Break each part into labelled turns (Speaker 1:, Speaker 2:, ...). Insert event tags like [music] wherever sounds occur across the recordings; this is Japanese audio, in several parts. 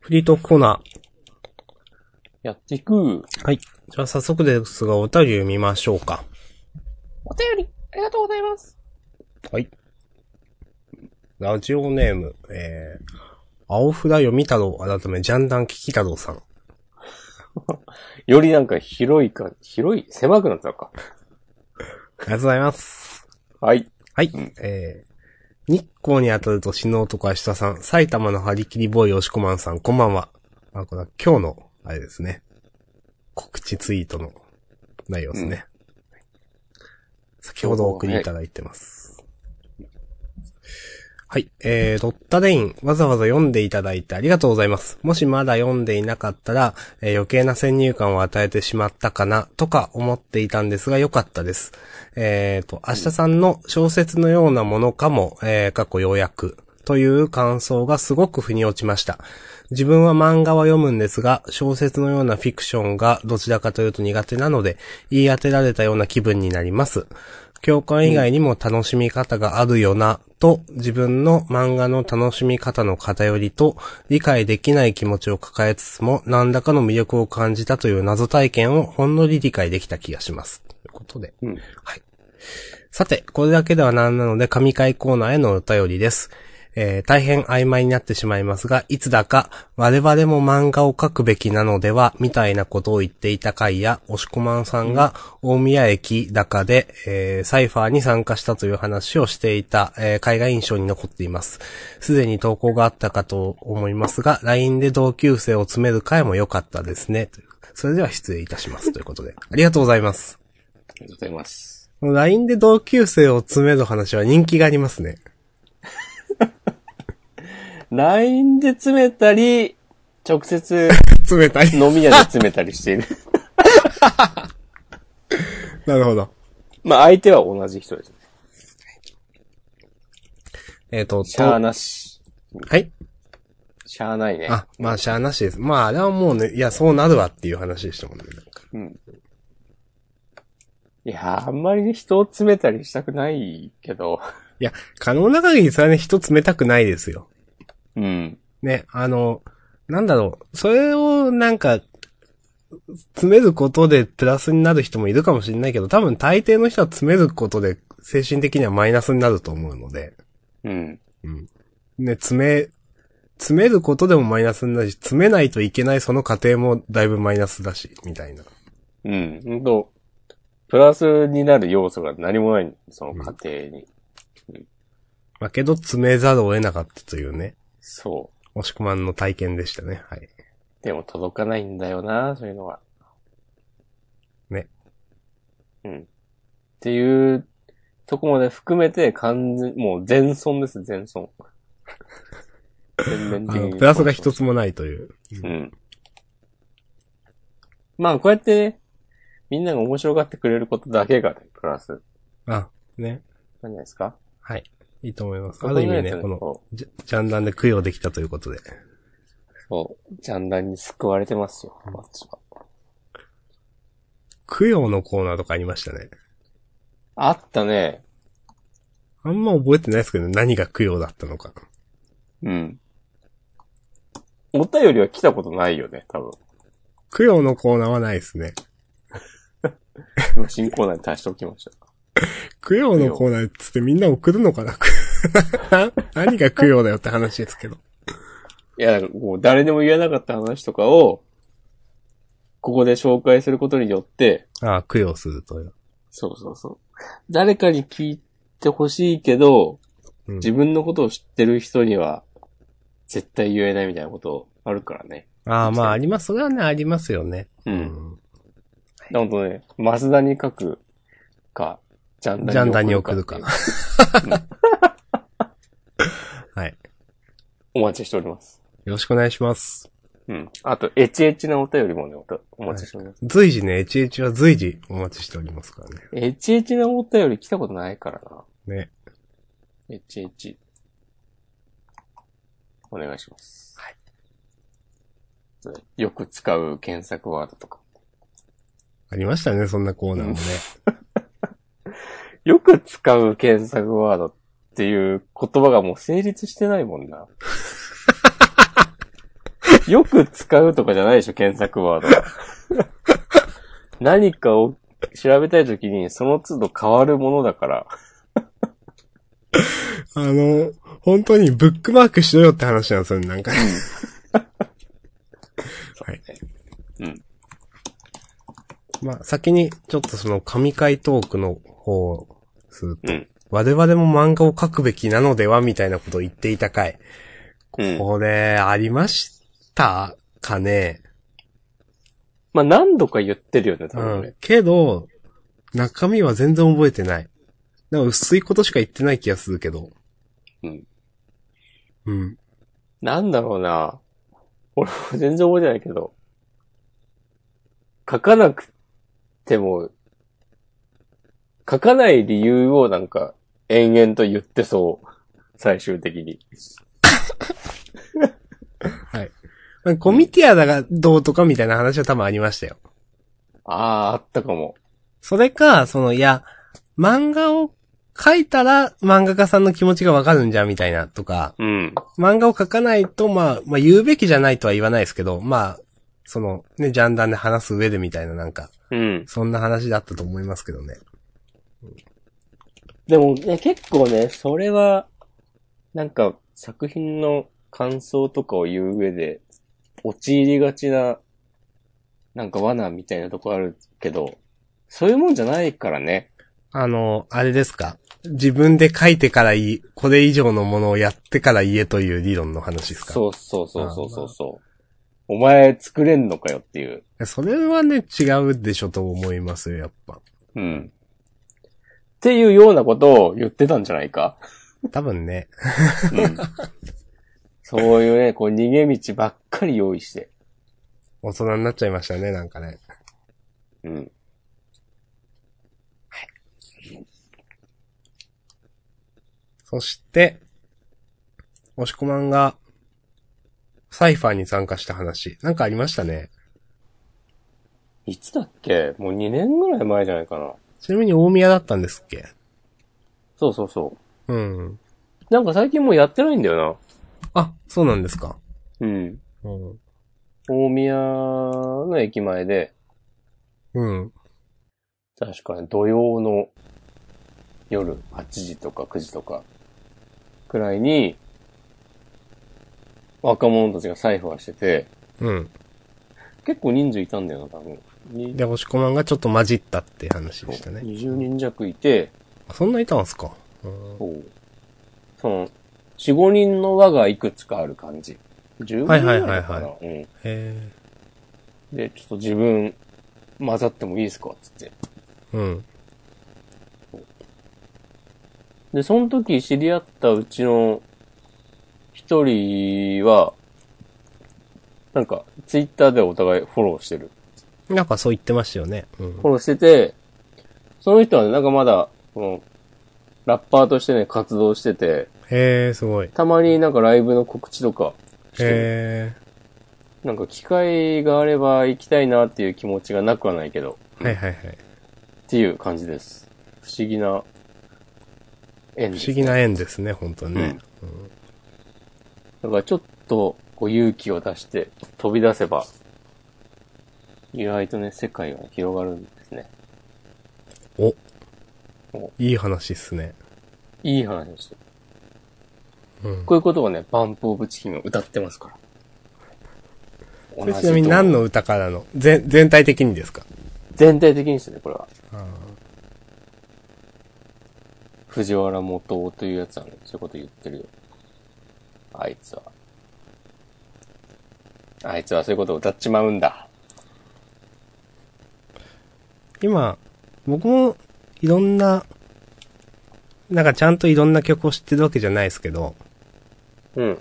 Speaker 1: フリートークコーナ
Speaker 2: やっていく。
Speaker 1: ー。はい。じゃあ早速ですが、お便り読みましょうか。
Speaker 2: お便り、ありがとうございます。
Speaker 1: はい。ラジオネーム、えー、青札読み太郎、改め、ジャンダン聞き太郎さん。
Speaker 2: よりなんか広いか、広い、狭くなったのか。
Speaker 1: ありがとうございます。
Speaker 2: はい。
Speaker 1: はい。えー、日光に当たると死ぬ男は下さん、埼玉の張り切りボーイ押しこまんさん、こんばんは。あ、これは今日の、あれですね。告知ツイートの内容ですね。先ほどお送りいただいてます。はい。えー、ドッタレイン、わざわざ読んでいただいてありがとうございます。もしまだ読んでいなかったら、えー余計な先入観を与えてしまったかな、とか思っていたんですが、良かったです。えー、と、明日さんの小説のようなものかも、えー、過去ようやく、という感想がすごく腑に落ちました。自分は漫画は読むんですが、小説のようなフィクションがどちらかというと苦手なので、言い当てられたような気分になります。共感以外にも楽しみ方があるよな、と、自分の漫画の楽しみ方の偏りと、理解できない気持ちを抱えつつも、何らかの魅力を感じたという謎体験をほんのり理解できた気がします。ということで。
Speaker 2: うん。
Speaker 1: はい。さて、これだけではなんなので、神回コーナーへのお便りです。えー大変曖昧になってしまいますが、いつだか、我々も漫画を描くべきなのでは、みたいなことを言っていた回や、押しこまんさんが、大宮駅高で、えーサイファーに参加したという話をしていた、えー回が印象に残っています。すでに投稿があったかと思いますが、LINE で同級生を詰める回も良かったですね。というそれでは失礼いたします。ということで、ありがとうございます。
Speaker 2: ありがとうございます。
Speaker 1: LINE で同級生を詰める話は人気があります [laughs] ね。
Speaker 2: LINE で詰めたり、直接
Speaker 1: 詰めたい。
Speaker 2: 飲み屋で詰めたり [laughs] している。
Speaker 1: なるほど。
Speaker 2: まあ相手は同じ人です。
Speaker 1: えっ、と、
Speaker 2: しゃー
Speaker 1: と
Speaker 2: なし。
Speaker 1: はい。
Speaker 2: しゃーないね。
Speaker 1: あ、まあ、しゃあなしです。まあ、あれはもうね、いや、そうなるわっていう話でしたもんね。なんか
Speaker 2: うん。いやー、あんまりね、人を詰めたりしたくないけど。
Speaker 1: いや、可能な限りそれはね、人冷たくないですよ。
Speaker 2: うん。
Speaker 1: ね、あの、なんだろう。それを、なんか、詰めることでプラスになる人もいるかもしれないけど、多分大抵の人は詰めることで精神的にはマイナスになると思うので。
Speaker 2: うん。
Speaker 1: ね、詰め、詰めることでもマイナスになるし、詰めないといけないその過程もだいぶマイナスだし、みたいな。
Speaker 2: うん。ほんと、プラスになる要素が何もない、その過程に。
Speaker 1: まあ、けど詰めざるを得なかったというね、
Speaker 2: そ
Speaker 1: 押し込まんの体験でしたね。はい。
Speaker 2: う。でも届かないんだよな、そういうのは。
Speaker 1: ね。
Speaker 2: うん。っていう、とこまで含めて完全、もう全損です、全損。全面
Speaker 1: あ
Speaker 2: 的
Speaker 1: の、
Speaker 2: に。
Speaker 1: プラスが一つもないという。
Speaker 2: うん。まあ、こうやってね、みんなが面白がってくれることだけが、プラス、
Speaker 1: あ、ね。
Speaker 2: なんじゃないですか
Speaker 1: はい。いいと思います。ある意味ね、この、
Speaker 2: そ
Speaker 1: ジャジャンダンで供養できたということで。
Speaker 2: うそう。ジャンダンに救われてますよ、私は。
Speaker 1: 供養のコーナーとかありましたね。
Speaker 2: あったね。
Speaker 1: あんま覚えてないですけど、何が供養だったのか。
Speaker 2: うん。お便りは来たことないよね、多分。 [laughs]
Speaker 1: 供養のコーナーはないですね。
Speaker 2: 今、新コーナーに足しておきました。
Speaker 1: 供養のコーナーっつってみんな送るのかな [laughs] 何が供養だよって話ですけど。
Speaker 2: いや、なんかこう、誰でも言えなかった話とかを、ここで紹介することによって、
Speaker 1: [laughs] ああ、供養するという。
Speaker 2: そうそうそう。誰かに聞いてほしいけど、
Speaker 1: うん
Speaker 2: 自分のことを知ってる人には、絶対言えないみたいなことあるからね。
Speaker 1: ああ、まああります。それはね、ありますよね。
Speaker 2: う。。
Speaker 1: うん
Speaker 2: なのでね、マスダに書くか、ジャンダ
Speaker 1: ジャンダ
Speaker 2: ン
Speaker 1: ン
Speaker 2: に
Speaker 1: に
Speaker 2: 送
Speaker 1: 送
Speaker 2: る
Speaker 1: る
Speaker 2: か
Speaker 1: か
Speaker 2: っていう。
Speaker 1: [laughs] はい。
Speaker 2: お待ちしております。
Speaker 1: よろしくお願いします。
Speaker 2: うん。あと、エチエチなお便りもね、おとお待ちしております。
Speaker 1: 随時ね、HH は随時お待ちしておりますからね。
Speaker 2: エチエチなお便り来たことないからな。
Speaker 1: ね。
Speaker 2: エチエチ。お願いします。
Speaker 1: はい。
Speaker 2: よく使う検索ワードとか。
Speaker 1: ありましたね、そんなコーナーもね。
Speaker 2: よく使う検索ワードっていう言葉がもう成立してないもんな。よく使うとかじゃないでしょ、検索ワードは。何かを調べたいときに、その都度変わるものだから。
Speaker 1: あの、本当にブックマークしろよって話なんですよね、なんか。 [laughs] はい。
Speaker 2: うん。
Speaker 1: まあ、先に、ちょっとその、神回トークの方をすると、
Speaker 2: うん
Speaker 1: 我々も漫画を書くべきなのでは、みたいなことを言っていた回。
Speaker 2: うん。
Speaker 1: これ、ありましたかね
Speaker 2: まあ、何度か言ってるよね、多
Speaker 1: う
Speaker 2: 分ね
Speaker 1: ん。。けど、中身は全然覚えてない。なんか薄いことしか言ってない気がするけど。
Speaker 2: うん。
Speaker 1: うん。
Speaker 2: なんだろうな。俺も全然覚えてないけど。書かなくても、書かない理由をなんか、延々と言ってそう。最終的に。
Speaker 1: はい。なんかコミティアだがどうとかみたいな話は多分ありましたよ。
Speaker 2: ああー、あったかも。
Speaker 1: それか、その、いや、漫画を書いたら漫画家さんの気持ちがわかるんじゃ、みたいなとか、
Speaker 2: うん。
Speaker 1: 漫画を書かないと、まあ、まあ言うべきじゃないとは言わないですけど、まあ、その、ね、ジャンダンで話す上でみたいななんか、
Speaker 2: うん。
Speaker 1: そんな話だったと思いますけどね。
Speaker 2: でもね、結構ね、それは、なんか作品の感想とかを言う上で、陥りがちな、なんか罠みたいなとこあるけど、そういうもんじゃないからね。
Speaker 1: あの、あれですか自分で書いてからいい、これ以上のものをやってから言えという理論の話ですか
Speaker 2: そうそうそうそうそうそう。お前作れんのかよっていう。
Speaker 1: それはね、違うでしょと思いますよ、やっぱ。
Speaker 2: うん。っていうようなことを言ってたんじゃないか。
Speaker 1: 多分ね。
Speaker 2: [laughs] うん。そういうね、こう逃げ道ばっかり用意して。
Speaker 1: 大人になっちゃいましたね、なんかね。
Speaker 2: うん。
Speaker 1: そして、押し込まんが、サイファーに参加した話。なんかありましたね。
Speaker 2: いつだっけもう2年ぐらい前じゃないかな。
Speaker 1: ちなみに大宮だったんですっけ
Speaker 2: そうそうそう。
Speaker 1: うん。
Speaker 2: なんか最近もうやってないんだよ
Speaker 1: あ、そうなんですか。
Speaker 2: な。うん。
Speaker 1: うん。
Speaker 2: 大宮の駅前で、
Speaker 1: うん。
Speaker 2: 確かに土曜の夜8時とか9時とかくらいに、若者たちがサイファーしてて、
Speaker 1: うん。
Speaker 2: 結構人数いたんだよな、多分。に
Speaker 1: で、押し込まんがちょっと混じったって話でしたね。
Speaker 2: 20人弱いて、
Speaker 1: そんないたんすかうん
Speaker 2: そうその、4、5人の輪がいくつかある感じ。10人ぐらいかな、
Speaker 1: はいはいはいは
Speaker 2: うん。
Speaker 1: へ
Speaker 2: で、ちょっと自分、混ざってもいいですかつって。
Speaker 1: え。うん。
Speaker 2: で、その時知り合ったうちの一人は、なんか、ツイッターでお互いフォローしてる。
Speaker 1: なんかそう言ってましたよね。うん
Speaker 2: フォ。ローしてて、その人はね、なんかまだ、この、ラッパーとしてね、活動してて、
Speaker 1: へえ、すごい。
Speaker 2: たまになんかライブの告知とかしてる、
Speaker 1: へ
Speaker 2: なんか機会があれば行きたいなっていう気持ちがなくはないけど、
Speaker 1: え。はいはいはい。
Speaker 2: っていう感じです。不思議な縁で
Speaker 1: 不
Speaker 2: す
Speaker 1: 思議な縁ですね、本当にね。
Speaker 2: だからちょっと、こう勇気を出して飛び出せば、意外とね、世界が広がるんですね。
Speaker 1: いい話っすね。
Speaker 2: いい話でした。
Speaker 1: うん。
Speaker 2: こういうことをね、バンプオブチキンが歌ってますから。
Speaker 1: これちなみに何の歌からの全、全体的にですか
Speaker 2: 全体的にですね、これは。
Speaker 1: あ
Speaker 2: 藤原元夫というやつはね、そういうこと言ってるよ。あいつは。あいつはそういうことを歌っちまうんだ。
Speaker 1: 今、僕もいろんな、なんかちゃんといろんな曲を知ってるわけじゃないですけど、
Speaker 2: うん。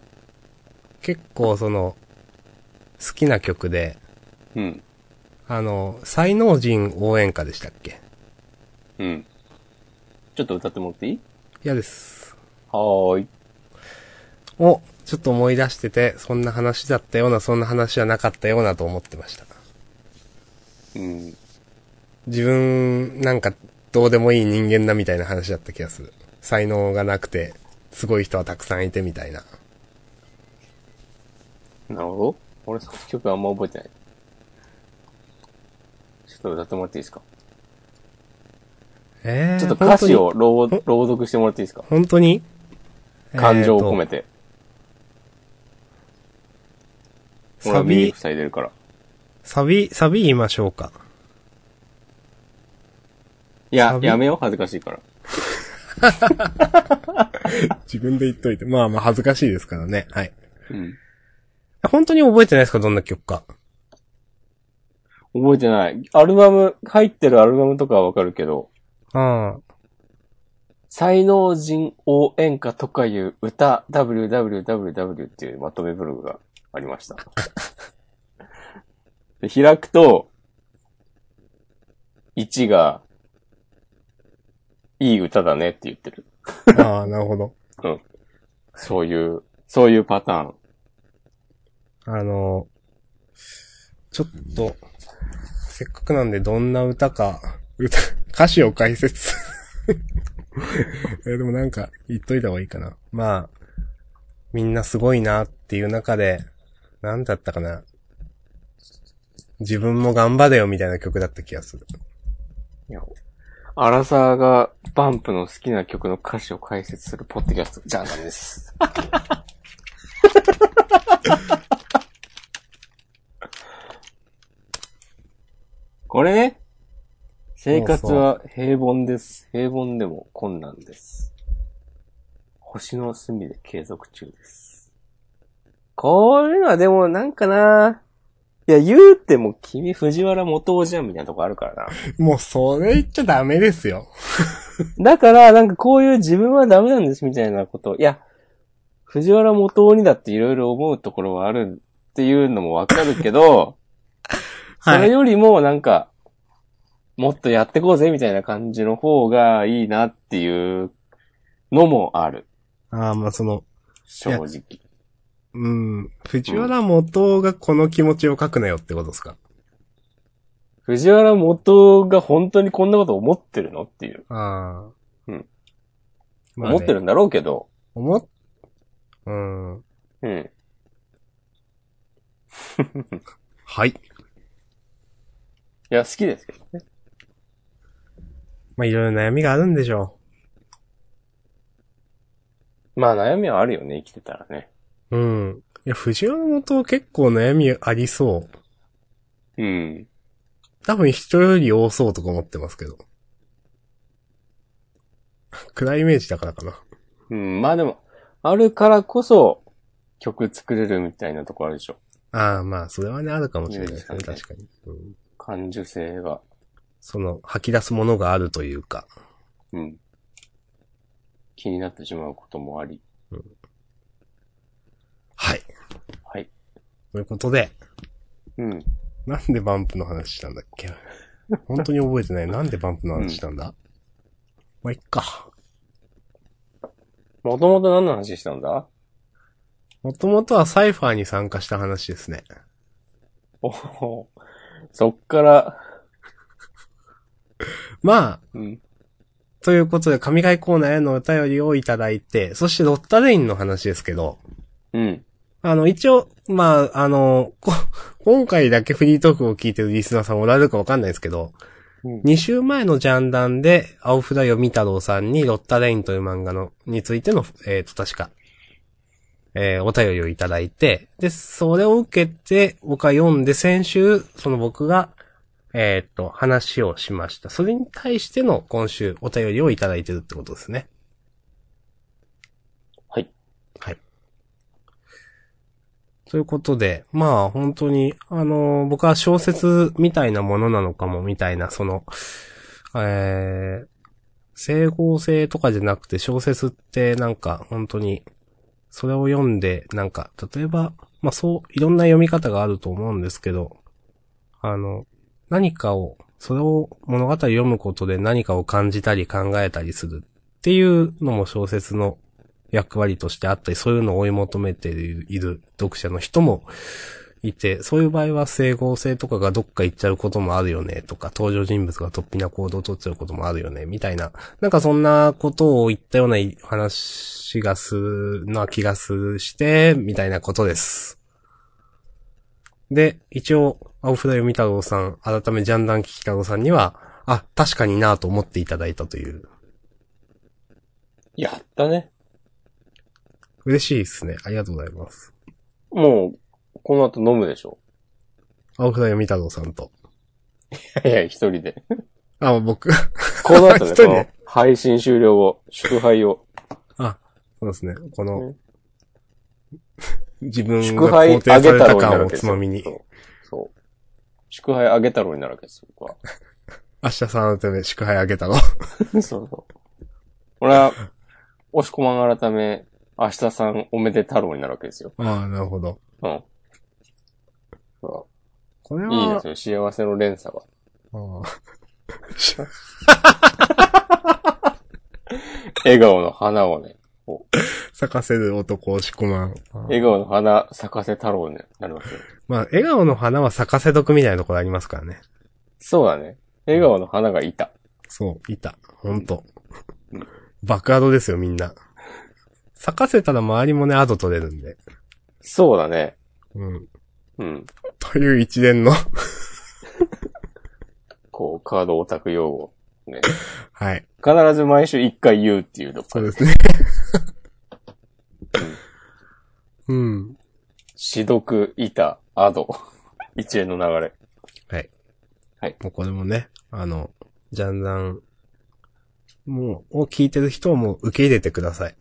Speaker 1: 結構その、好きな曲で、
Speaker 2: うん。
Speaker 1: あの、才能人応援歌でしたっけ
Speaker 2: うん。ちょっと歌ってもらっていい
Speaker 1: 嫌です。
Speaker 2: はーい。
Speaker 1: を、ちょっと思い出してて、そんな話だったような、そんな話じゃなかったようなと思ってました。
Speaker 2: うん。
Speaker 1: 自分、なんか、どうでもいい人間だみたいな話だった気がする。才能がなくて、すごい人はたくさんいてみたいな。
Speaker 2: なるほ俺作詞曲あんま覚えてない。ちょっと歌ってもらっていいですか、
Speaker 1: えー、
Speaker 2: ちょっと歌詞
Speaker 1: 本
Speaker 2: を朗朗読してもらっていいですか
Speaker 1: 当に。本当に
Speaker 2: 感情を込め
Speaker 1: て。
Speaker 2: て。俺は
Speaker 1: サ
Speaker 2: 耳
Speaker 1: ビ
Speaker 2: 塞いでるから。
Speaker 1: サビ、サビ言いましょうか。
Speaker 2: いや
Speaker 1: サ、ビ
Speaker 2: やめよう、恥ずかしいから。
Speaker 1: 自分で言っといて。まあまあ恥ずかしいですからね。はい。
Speaker 2: うん。
Speaker 1: 本当に覚えてないですかどんな曲か。
Speaker 2: 覚えてない。アルバム、入ってるアルバムとかはわかるけど、
Speaker 1: [laughs] あ
Speaker 2: 才能人応援歌とかいう歌 www っていうまとめブログがありました。で開くと、1が、いい歌だねって言ってる。
Speaker 1: あ。ああ、なるほど。
Speaker 2: そういう、そういうパターン。
Speaker 1: あの、ちょっと、せっかくなんでどんな歌か、歌、 [laughs] 歌詞を解説。 [laughs] えでもなんか言っといた方がいいかな。まあ、みんなすごいなっていう中で、なんだったかな。自分も頑張れよみたいな曲だった気がする。
Speaker 2: いやアラサーがバンプの好きな曲の歌詞を解説するポッドキャストじゃあダメです。 [laughs] これね、生活は平凡です。平凡でも困難です。星の隅で継続中です。こういうのはでもなんかないや、言うても君藤原元雄じゃんみたいなとこあるからな。
Speaker 1: もうそれ言っちゃダメですよ。
Speaker 2: だから、なんかこういう自分はダメなんですみたいなこと。いや、藤原元鬼だっていろいろ思うところはあるっていうのもわかる
Speaker 1: [laughs]
Speaker 2: けど、それよりもなんか、もっとやってこうぜみたいな感じの方がいいなっていうのもある。
Speaker 1: ああ、まあその、
Speaker 2: 正直。
Speaker 1: うん、藤原元がこの気持ちを書くなよってことですか。
Speaker 2: 藤原元が本当にこんなこと思ってるのっていう。
Speaker 1: ああ。
Speaker 2: うん。
Speaker 1: まあね
Speaker 2: 思ってるんだろうけど。
Speaker 1: 思っ、うん。
Speaker 2: うん。
Speaker 1: はい。
Speaker 2: いや、好きですけどね。
Speaker 1: まあ、いろいろ悩みがあるんでしょ
Speaker 2: まあ悩みはあるよね、生きてたらね。
Speaker 1: う。うん。いや、藤原元結構悩みありそう。
Speaker 2: うん。
Speaker 1: 多分人より多そうとか思ってますけど。 [laughs] 暗いイメージだからかな。
Speaker 2: うん、まあでも、あるからこそ、曲作れるみたいなとこあるでしょ。
Speaker 1: ああ、まあ、それはね、あるかもしれないですね、
Speaker 2: そうで
Speaker 1: 確
Speaker 2: す
Speaker 1: かに、うん
Speaker 2: 感受性が。
Speaker 1: その、吐き出すものがあるというか。
Speaker 2: うん。気になってしまうこともあり。
Speaker 1: はい。
Speaker 2: はい。
Speaker 1: ということで、
Speaker 2: うん。
Speaker 1: なんでバンプの話したんだっけ本当に覚えてない。なんでバンプの話したんだ、まあ、いっか。
Speaker 2: もともと何の話した
Speaker 1: [laughs]
Speaker 2: んだ
Speaker 1: もともとはサイファーに参加した話ですね。
Speaker 2: おおそっから、
Speaker 1: まあ、
Speaker 2: うん。
Speaker 1: ということで、神回コーナーへのお便りをいただいて、そしてロッタレインの話ですけど、
Speaker 2: うん。
Speaker 1: あの、一応、まあ、あの、こ [laughs] 今回だけフリートークを聞いてるリスナーさんおられるかわかんないですけど、
Speaker 2: うん
Speaker 1: 2週前のジャンダンで、青札読み太郎さんにロッタレインという漫画の、についての、えっ、と、確か、えーお便りをいただいて、で、それを受けて、僕は読んで、先週、その僕が、えっ、と、話をしました。それに対しての今週、お便りをいただいてるってことですね。
Speaker 2: はい。
Speaker 1: はい。ということで、まあ本当に、あのー僕は小説みたいなものなのかも、みたいな、その、えー、整合性とかじゃなくて小説ってなんか本当に、それを読んで、なんか、例えば、まあそう、いろんな読み方があると思うんですけど、あの、何かを、それを物語を読むことで何かを感じたり考えたりするっていうのも小説の役割としてあったり、そういうのを追い求めている読者の人もいて、そういう場合は整合性とかがどっか行っちゃうこともあるよね、とか、登場人物が突飛な行動をとっちゃうこともあるよね、みたいな。なんかそんなことを言ったような話がするな気がするして、みたいなことです。で、一応、青札読み太郎さん、改めジャンダン聞き太郎さんには、あ、確かになぁと思っていただいたという。
Speaker 2: やったね。
Speaker 1: 嬉しいですね。ありがとうございます。
Speaker 2: もう、この後飲むでしょ。
Speaker 1: 青札読み太郎さんと。
Speaker 2: いや、一人
Speaker 1: [laughs]
Speaker 2: で。
Speaker 1: あ、僕、 [laughs]
Speaker 2: この後
Speaker 1: 一
Speaker 2: で、
Speaker 1: 人で
Speaker 2: この配信終了後、祝杯を。
Speaker 1: そうですね。こ
Speaker 2: う
Speaker 1: の
Speaker 2: ん、
Speaker 1: [laughs] 自分
Speaker 2: 祝
Speaker 1: が
Speaker 2: 杯
Speaker 1: 肯定
Speaker 2: あ
Speaker 1: さ
Speaker 2: げ
Speaker 1: れ
Speaker 2: た
Speaker 1: た
Speaker 2: ろうになる
Speaker 1: 感
Speaker 2: わ
Speaker 1: を
Speaker 2: けで
Speaker 1: つ
Speaker 2: す
Speaker 1: ま
Speaker 2: よ。
Speaker 1: みに
Speaker 2: そ、う。そう祝杯あげたろうになるわけですよ、僕は。
Speaker 1: 明日さん改め祝杯あげたの。
Speaker 2: そうそう。俺は、押し込まん改め、明日さんおめでたろうになるわけですよ。
Speaker 1: [laughs] ああ、なるほど。
Speaker 2: うん。そ
Speaker 1: これ
Speaker 2: う
Speaker 1: は、
Speaker 2: いいですよ、幸せの連鎖は。
Speaker 1: あ [laughs] あ
Speaker 2: 笑顔の花をね、
Speaker 1: 咲かせる男をしこまん。ああ
Speaker 2: 笑顔の花咲かせ太郎になるわけよ。
Speaker 1: まあ、笑顔の花は咲かせとくみたいなところありますからね。
Speaker 2: そうだね。笑顔の花がいた。
Speaker 1: そう、いた。ほんと
Speaker 2: うん。
Speaker 1: 爆アドですよ、みんな。咲かせたら周りもね、アド取れるんで。
Speaker 2: そうだね。
Speaker 1: うん。
Speaker 2: うん。
Speaker 1: という一連の、 [laughs]
Speaker 2: こう、カードオタク用語。ね。
Speaker 1: はい。
Speaker 2: 必ず毎週一回言うっていうの
Speaker 1: そ
Speaker 2: か
Speaker 1: う。ですね。うん。
Speaker 2: 死毒、板、アド。 [laughs] 一円の流れ。
Speaker 1: もうこれもね、あの、ジャンダン、もう、を聞いてる人をもう受け入れてください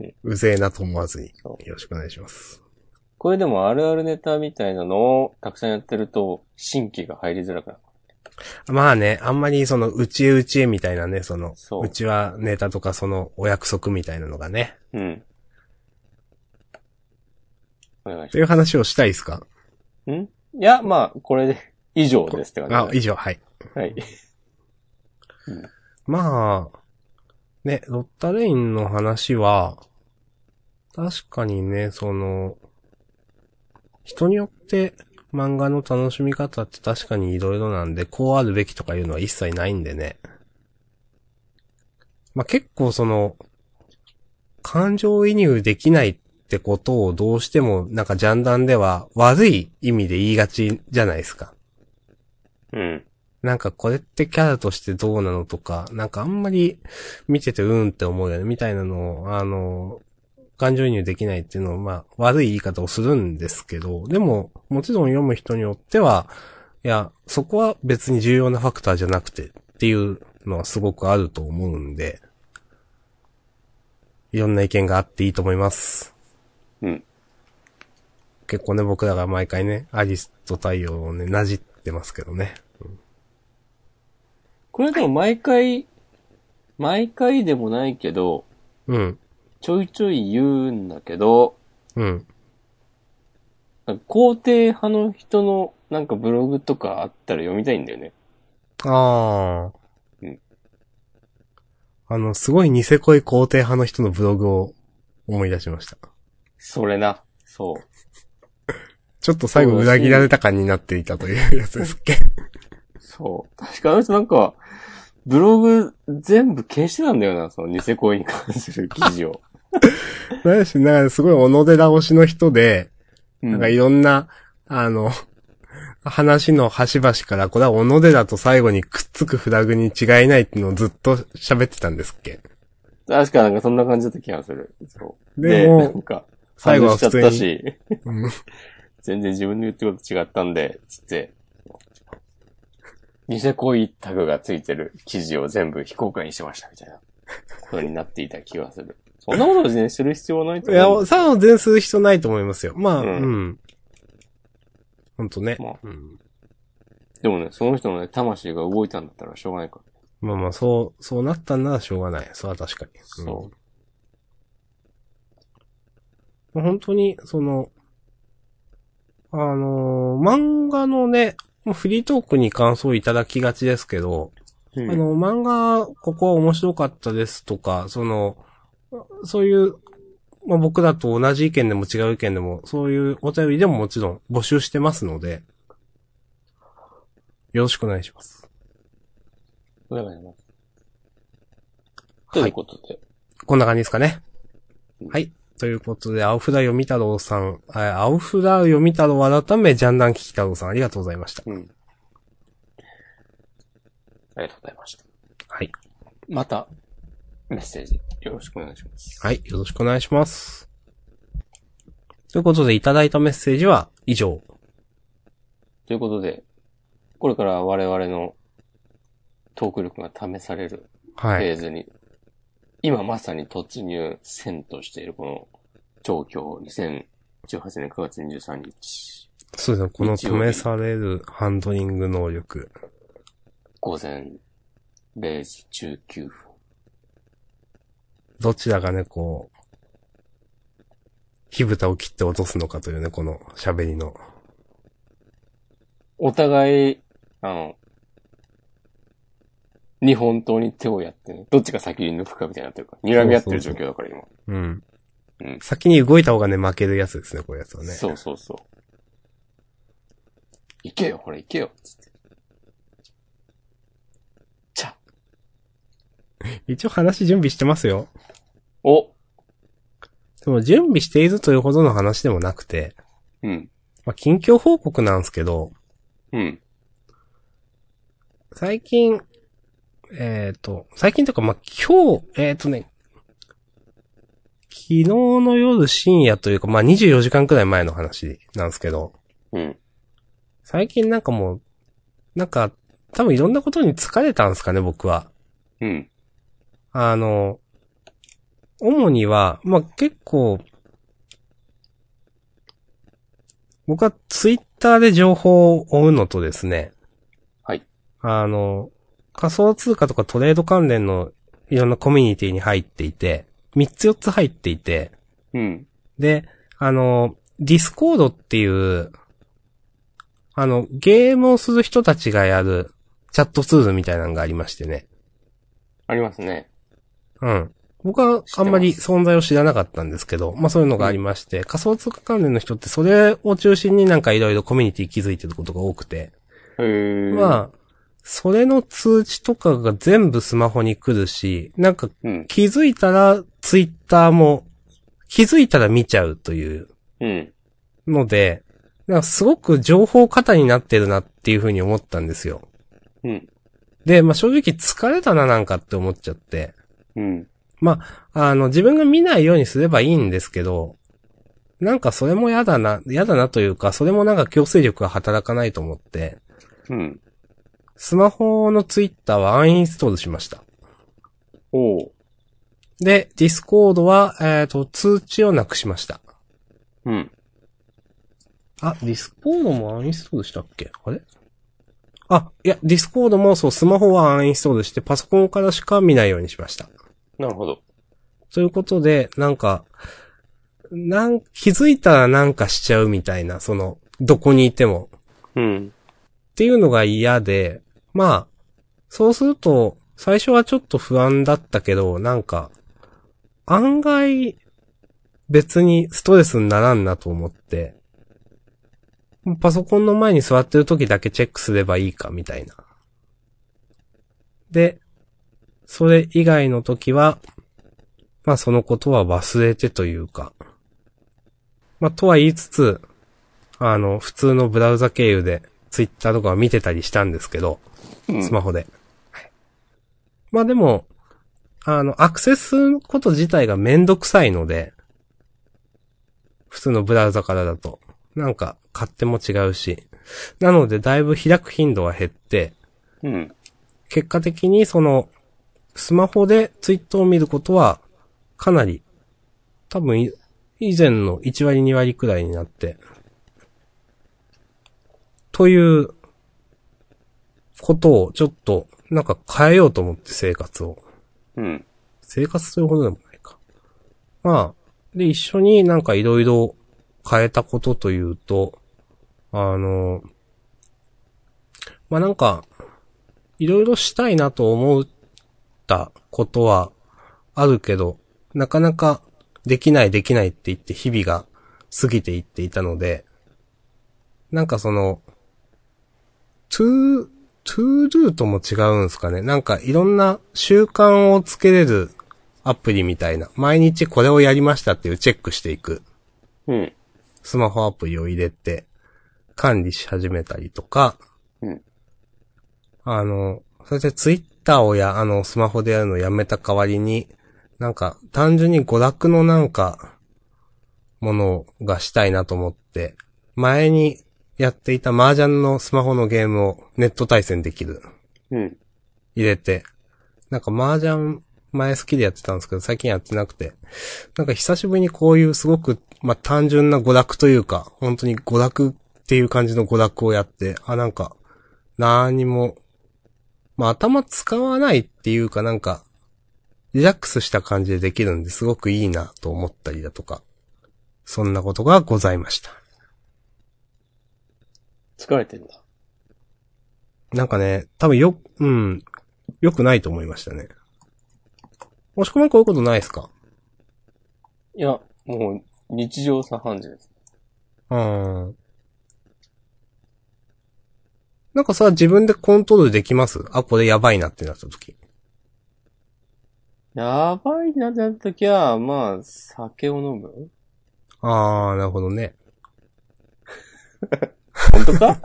Speaker 2: うん。
Speaker 1: うぜえなと思わずに。
Speaker 2: そ
Speaker 1: よろしくお願いします。
Speaker 2: これでもあるあるネタみたいなのをたくさんやってると、新規が入りづらくなる。
Speaker 1: まあね、あんまりその、うちへうちへみたいなね、その、
Speaker 2: そう
Speaker 1: うちはネタとかその、お約束みたいなのがね、
Speaker 2: うん。お願い
Speaker 1: と
Speaker 2: し
Speaker 1: いう話をしたいですか
Speaker 2: ます。んいや、まあ、これで、以上ですって
Speaker 1: あ
Speaker 2: 感、じ
Speaker 1: 以上、はい。
Speaker 2: で。はい。
Speaker 1: まあ、ね、ロッタレインの話は、確かにね、その、人によって漫画の楽しみ方って確かに色々なんで、こうあるべきとかいうのは一切ないんでね。まあ結構その、感情移入できないってことをどうしてもなんかジャンダンでは悪い意味で言いがちじゃないですか。
Speaker 2: うん。
Speaker 1: なんかこれってキャラとしてどうなのとか、なんかあんまり見ててうんって思うよね、みたいなのを、あの、感情移入できないっていうのを、まあ、悪い言い方をするんですけど、でも、もちろん読む人によっては、いや、そこは別に重要なファクターじゃなくてっていうのはすごくあると思うんで、いろんな意見があっていいと思います。
Speaker 2: うん。
Speaker 1: 結構ね、僕らが毎回ね、アリスと太陽をね、なじってますけどね。
Speaker 2: これでも毎回、毎回でもないけど、
Speaker 1: うん。
Speaker 2: ちょいちょい言うんだけど、
Speaker 1: うん。
Speaker 2: なんか肯定派の人のなんかブログとかあったら読みたいんだよね。
Speaker 1: ああ。
Speaker 2: うん
Speaker 1: あの、すごいニセ恋肯定派の人のブログを思い出しました。
Speaker 2: それな。そう。
Speaker 1: ちょっと最後
Speaker 2: そう
Speaker 1: 裏切られた感になっていたというやつですっけ。
Speaker 2: そう。確かあの人なんか、ブログ全部消してたんだよな、そのニセ恋に関する記事を。
Speaker 1: [laughs] [laughs] 何でしょう、なんかすごい小野寺推しの人で、
Speaker 2: う
Speaker 1: なんかいろんな、あの、話の端々から、これは小野寺と最後にくっつくフラグに違いないっていうのをずっと喋ってたんですっけ。
Speaker 2: 確かなんかそんな感じだった気がする。そう。
Speaker 1: で
Speaker 2: な
Speaker 1: も
Speaker 2: ん、か、
Speaker 1: 最後は
Speaker 2: 外
Speaker 1: 普
Speaker 2: しちゃ
Speaker 1: 通
Speaker 2: った
Speaker 1: に、
Speaker 2: し、
Speaker 1: うん
Speaker 2: 全然自分の言ってること違ったんで、つって、ニセ恋タグがついてる記事を全部非公開にしてました、みたいなことになっていた気がする。そんなことをね、する必要はないと
Speaker 1: いや
Speaker 2: 思、う。
Speaker 1: さを全する必要ないと思いますよ。まあ、
Speaker 2: う
Speaker 1: うんん。ほんとね。
Speaker 2: まあ
Speaker 1: うん
Speaker 2: でもね、その人のね、魂が動いたんだったらしょうがないから。
Speaker 1: まあまあ、そう、そうなったんならしょうがない。それは確かに。うん
Speaker 2: そ
Speaker 1: まあ本当に、その、あのー漫画のね、まあフリートークに感想いただきがちですけど、
Speaker 2: う。
Speaker 1: あの、漫画、ここは面白かったですとか、その、そういう、まあ、僕らと同じ意見でも違う意見でも、そういうお便りでももちろん募集してますので、よろしくお願いします。
Speaker 2: お願いします。
Speaker 1: はい
Speaker 2: ということで、
Speaker 1: こんな感じですかね
Speaker 2: う。ん
Speaker 1: はい。ということで、青札読み太郎さん、あ青札読み太郎改め、ジャンダン聞き太郎さん、ありがとうございました。
Speaker 2: うん。ありがとうございました。
Speaker 1: はい。
Speaker 2: また、メッセージ、よろしくお願いします。
Speaker 1: はい、よろしくお願いします。ということで、いただいたメッセージは以上。
Speaker 2: ということで、これから我々のトーク力が試されるフ
Speaker 1: はい。
Speaker 2: ェーズに、今まさに突入線としているこの、東京2018年9月23日、
Speaker 1: そうですね、この
Speaker 2: 日
Speaker 1: 止
Speaker 2: 曜日
Speaker 1: めされるハンドリング能力。
Speaker 2: 午前0時19分。
Speaker 1: どちらがね、こう、火蓋を切って落とすのかというね、この喋りの。
Speaker 2: お互い、あの、日本刀に手をやってね、どっちが先に抜くかみたいになってるから、睨み合ってる状況だから今。
Speaker 1: うん。
Speaker 2: うん
Speaker 1: 先に動いた方がね、負けるやつですね、こういうやつはね。
Speaker 2: そうそうそう。行けよ、ほら行けよ、つって。ちゃ、
Speaker 1: 一応話準備してますよ。
Speaker 2: お
Speaker 1: その準備しているというほどの話でもなくて、
Speaker 2: うん、
Speaker 1: まあ、近況報告なんですけど、
Speaker 2: うん、
Speaker 1: 最近、えっ、と、最近というか、まあ、今日、えっ、とね、昨日の夜深夜というか、まあ、24時間くらい前の話なんですけど、
Speaker 2: うん。
Speaker 1: 最近なんかもう、なんか、多分いろんなことに疲れたんですかね、僕は。
Speaker 2: うん。
Speaker 1: あの、主には、まあ、結構、僕はツイッターで情報を追うのとですね。
Speaker 2: はい。
Speaker 1: あの、仮想通貨とかトレード関連のいろんなコミュニティに入っていて、3つ4つ入っていて、
Speaker 2: うん。
Speaker 1: で、あの、ディスコードっていう、あの、ゲームをする人たちがやるチャットツールみたいなのがありましてね。
Speaker 2: ありますね。
Speaker 1: うん。僕はあんまり
Speaker 2: 知っ
Speaker 1: 存在を知らなかったんですけど、まあそういうのがありまして、仮想通貨関連の人ってそれを中心になんかいろいろコミュニティ築いてることが多くて、
Speaker 2: へー。あ、
Speaker 1: まあ、それの通知とかが全部スマホに来るし、なんか
Speaker 2: うん、
Speaker 1: 気づいたらツイッターも気づいたら見ちゃうという
Speaker 2: うん、
Speaker 1: ので、なんかすごく情報過多になってるなっていうふうに思ったんですよ。
Speaker 2: うん、
Speaker 1: で、まあ正直疲れたななんかって思っちゃって、
Speaker 2: うん、
Speaker 1: あの自分が見ないようにすればいいんですけど、なんかそれも嫌だな、嫌だなというか、それもなんか強制力が働かないと思って、
Speaker 2: うん。
Speaker 1: スマホのツイッターはアンインストールしました。
Speaker 2: おう。
Speaker 1: で、ディスコードは、えっ、と、通知をなくしました。
Speaker 2: うん。
Speaker 1: あ、ディスコードもアンインストールしたっけあれあ、いや、ディスコードもそう、スマホはアンインストールして、パソコンからしか見ないようにしました。
Speaker 2: なるほど。
Speaker 1: ということで、なんか、なん、気づいたらなんかしちゃうみたいな、その、どこにいても。
Speaker 2: うん、
Speaker 1: っていうのが嫌で、まあ、そうすると、最初はちょっと不安だったけど、なんか、案外、別にストレスにならんなと思って、パソコンの前に座ってる時だけチェックすればいいか、みたいな。で、それ以外の時は、まあそのことは忘れてというか、まあとは言いつつ、あの、普通のブラウザ経由で、ツイッターとかは見てたりしたんですけど、
Speaker 2: うん。
Speaker 1: スマホで。はいまあでも、あの、アクセスすること自体がめんどくさいので、普通のブラウザからだと。なんか、勝手も違うし。なので、だいぶ開く頻度は減って、
Speaker 2: うん。
Speaker 1: 結果的にその、スマホでツイッターを見ることは、かなり、多分い、以前の1割2割くらいになって、という、ことをちょっと、なんか変えようと思って生活を。
Speaker 2: うん。
Speaker 1: 生活というほどでもないか。まあ、で、一緒になんかいろいろ変えたことというと、あの、まあなんか、いろいろしたいなと思ったことはあるけど、なかなかできないできないって言って日々が過ぎていっていたので、なんかその、トゥー、トゥードゥーとも違うんですかね。なんかいろんな習慣をつけれるアプリみたいな、毎日これをやりましたっていうチェックしていく
Speaker 2: うん。
Speaker 1: スマホアプリを入れて、管理し始めたりとか、
Speaker 2: うん
Speaker 1: あの、それでツイッターをや、あの、スマホでやるのをやめた代わりに、なんか、単純に娯楽のなんか、ものがしたいなと思って、前にやっていた麻雀のスマホのゲームをネット対戦できる。
Speaker 2: うん。
Speaker 1: 入れて、なんか麻雀前好きでやってたんですけど、最近やってなくて、なんか久しぶりにこういうすごく、まあ、単純な娯楽というか、本当に娯楽っていう感じの娯楽をやって、あ、なんか、何も、まあ、頭使わないっていうかなんか、リラックスした感じでできるんですごくいいなと思ったりだとか、そんなことがございました。
Speaker 2: 疲れてんだ。
Speaker 1: なんかね、多分よ、うん、良くないと思いましたね。もしくもこういうことないですか
Speaker 2: いや、もう、日常茶飯事です。
Speaker 1: うん。なんかさ、自分でコントロールできますあ、これやばいなってなった時。
Speaker 2: やばいなってなった時は、まあ、酒を飲む
Speaker 1: あー、なるほどね。
Speaker 2: 本当
Speaker 1: [laughs]
Speaker 2: か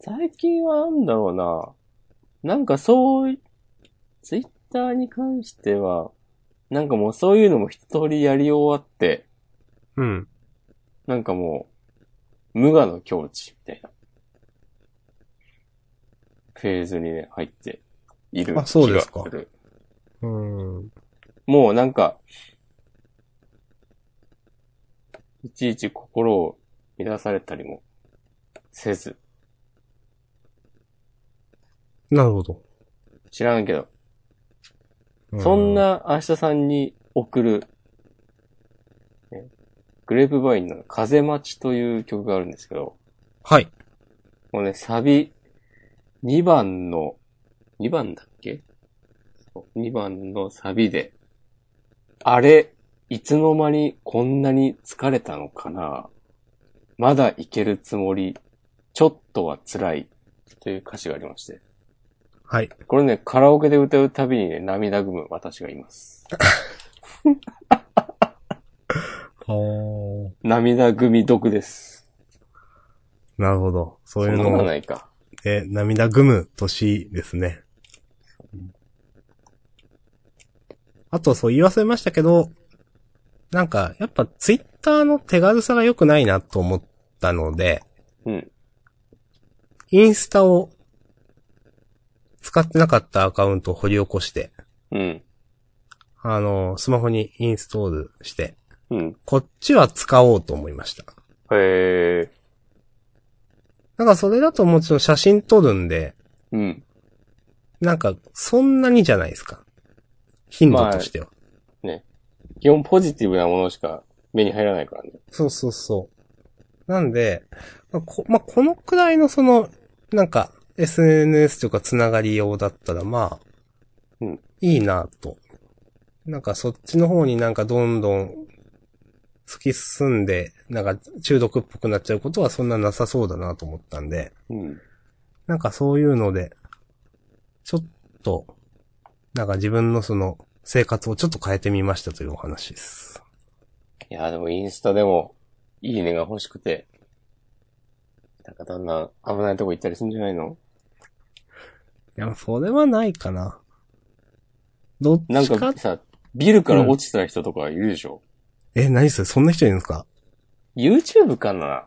Speaker 2: 最近はなんだろうな。なんかそうい、ツイッターに関しては、なんかもうそういうのも一通りやり終わって、
Speaker 1: うん。
Speaker 2: なんかもう、無我の境地みたいな。フェーズにね、入っている気が
Speaker 1: あ
Speaker 2: する。
Speaker 1: そうですかうん。
Speaker 2: もうなんか、いちいち心を乱されたりもせず、
Speaker 1: なるほど。
Speaker 2: 知らんけど、
Speaker 1: う
Speaker 2: そん。な明日さんに送る、ねグレープバインの風待ちという曲があるんですけど、
Speaker 1: はい。
Speaker 2: もうね、サビ、2番の、2番だっけ ?2 番のサビで、あれ、いつの間にこんなに疲れたのかなまだいけるつもり、ちょっとは辛い、という歌詞がありまして。
Speaker 1: はい。
Speaker 2: これね、カラオケで歌うたびにね、涙ぐむ私がいます。
Speaker 1: おー。
Speaker 2: 涙ぐみ毒です。
Speaker 1: なるほど。そういう
Speaker 2: そんなこ
Speaker 1: の
Speaker 2: とないか。
Speaker 1: で涙ぐむ年ですね。あと、そう言わせましたけど、なんか、やっぱツイッターの手軽さが良くないなと思ったので、
Speaker 2: うん。
Speaker 1: インスタを使ってなかったアカウントを掘り起こして、
Speaker 2: うん。
Speaker 1: あの、スマホにインストールして、
Speaker 2: うん。
Speaker 1: こっちは使おうと思いました。
Speaker 2: へえ。
Speaker 1: なんかそれだともちろん写真撮るんで、
Speaker 2: うん。
Speaker 1: なんかそんなにじゃないですか。頻度としては。
Speaker 2: 基本ポジティブなものしか目に入らないからね。
Speaker 1: そうそうそう。なんで、まあこまあ、このくらいのその、なんか SNS というかつながり用だったらまあ、
Speaker 2: うん
Speaker 1: いいなと。なんかそっちの方になんかどんどん突き進んで、なんか中毒っぽくなっちゃうことはそんななさそうだなと思ったんで、
Speaker 2: うん。
Speaker 1: なんかそういうので、ちょっと、なんか自分のその生活をちょっと変えてみましたというお話です。
Speaker 2: いや、でもインスタでも、いいねが欲しくて、なんかだんだん危ないとこ行ったりするんじゃないの
Speaker 1: いや、それはないかな。どっ
Speaker 2: なん
Speaker 1: ちか
Speaker 2: かさ、ビルから落ちた人とかいるでしょ、
Speaker 1: え、何それそんな人いるんですか
Speaker 2: ?YouTube かな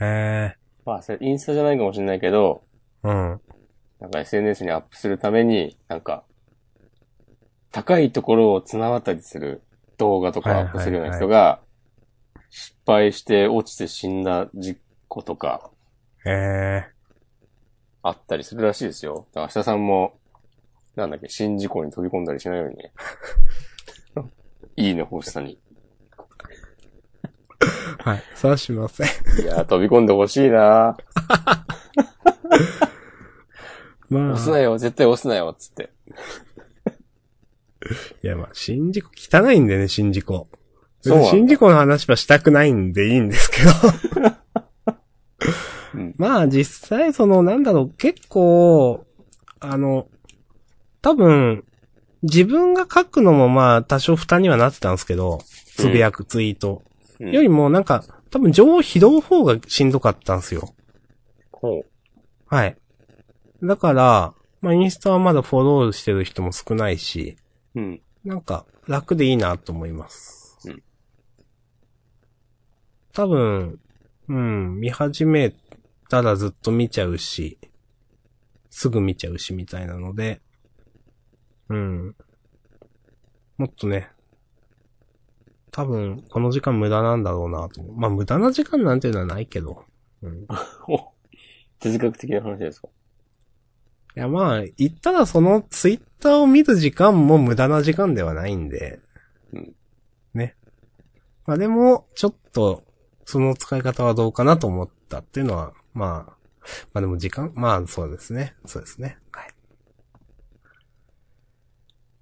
Speaker 1: へえ。
Speaker 2: まあ、それインスタじゃないかもしれないけど、
Speaker 1: うん。
Speaker 2: なんか SNS にアップするために、なんか、高いところを綱渡りする動画とかアップするような人が、失敗して落ちて死んだ事故とか、
Speaker 1: へえ。
Speaker 2: あったりするらしいですよ。だから、明日さんも、なんだっけ、新事故に飛び込んだりしないようにね。いいね、欲しさに。
Speaker 1: はい。そうしません。 [laughs]
Speaker 2: いやー、飛び込んでほしいな
Speaker 1: ま
Speaker 2: 押す
Speaker 1: あ。
Speaker 2: なよ、絶対押すなよ、つって。
Speaker 1: いや、まあ、新宿汚いんでね、新宿。
Speaker 2: そうなんだ
Speaker 1: 新宿の話はしたくないんでいいんですけど。
Speaker 2: うん。
Speaker 1: [laughs] まあ、実際、その、なんだろう、結構、あの、多分、自分が書くのもまあ多少負担にはなってたんですけど、つぶやくツイート。
Speaker 2: うん
Speaker 1: よりもなんか、多分情報拾う方がしんどかったんですよ。
Speaker 2: ほう。
Speaker 1: はい。だから、まあインスタはまだフォローしてる人も少ないし、
Speaker 2: うん。
Speaker 1: なんか楽でいいなと思います。
Speaker 2: うん
Speaker 1: 多分、うん、見始めたらずっと見ちゃうし、すぐ見ちゃうしみたいなので、うん。もっとね、多分この時間無駄なんだろうなと思う。まあ無駄な時間なんていうのはないけど、うん。
Speaker 2: お哲学的な話ですか
Speaker 1: いやまあ、言ったらそのツイッターを見る時間も無駄な時間ではないんで。
Speaker 2: うん
Speaker 1: ね。まあでも、ちょっと、その使い方はどうかなと思ったっていうのは、まあ、まあでも時間、まあそうですね。そうですね。はい。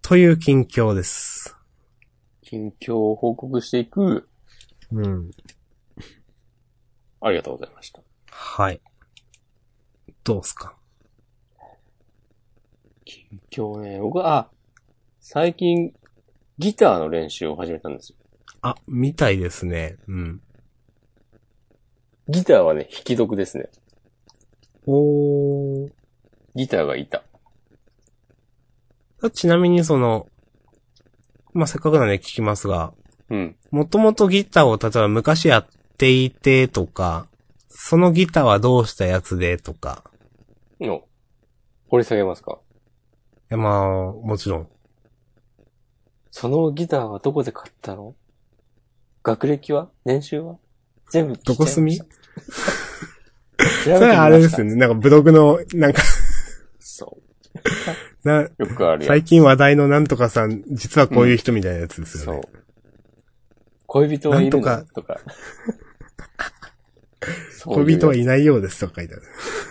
Speaker 1: という近況です。
Speaker 2: 近況を報告していく、
Speaker 1: うん。
Speaker 2: ありがとうございました。
Speaker 1: はい。どうすか
Speaker 2: 近況ね、僕は、あ、最近、ギターの練習を始めたんですよ。
Speaker 1: あ、みたいですね。うん。
Speaker 2: ギターはね、弾き得ですね。
Speaker 1: おー。
Speaker 2: ギターがいた。
Speaker 1: ちなみにその、まあ、せっかくなんで聞きますが、
Speaker 2: うん。
Speaker 1: もともとギターを例えば昔やっていてとか、そのギターはどうしたやつでとか、
Speaker 2: の、掘り下げますか
Speaker 1: いやまあ、もちろん。
Speaker 2: そのギターはどこで買ったの学歴は年収は全部聞いちゃ
Speaker 1: ど
Speaker 2: いました
Speaker 1: こ住み
Speaker 2: 調
Speaker 1: そ
Speaker 2: べてみました
Speaker 1: れはあれですよね。なんかブログの、なんか、
Speaker 2: そ
Speaker 1: な、
Speaker 2: う。よくあるや
Speaker 1: 最近話題のなんとかさん、実はこういう人みたいなやつです
Speaker 2: つ。そ
Speaker 1: よね
Speaker 2: う。。恋人はいるの
Speaker 1: なん
Speaker 2: とか。
Speaker 1: [laughs] 恋
Speaker 2: そういうやつ
Speaker 1: 人はいないようですとか書いてある。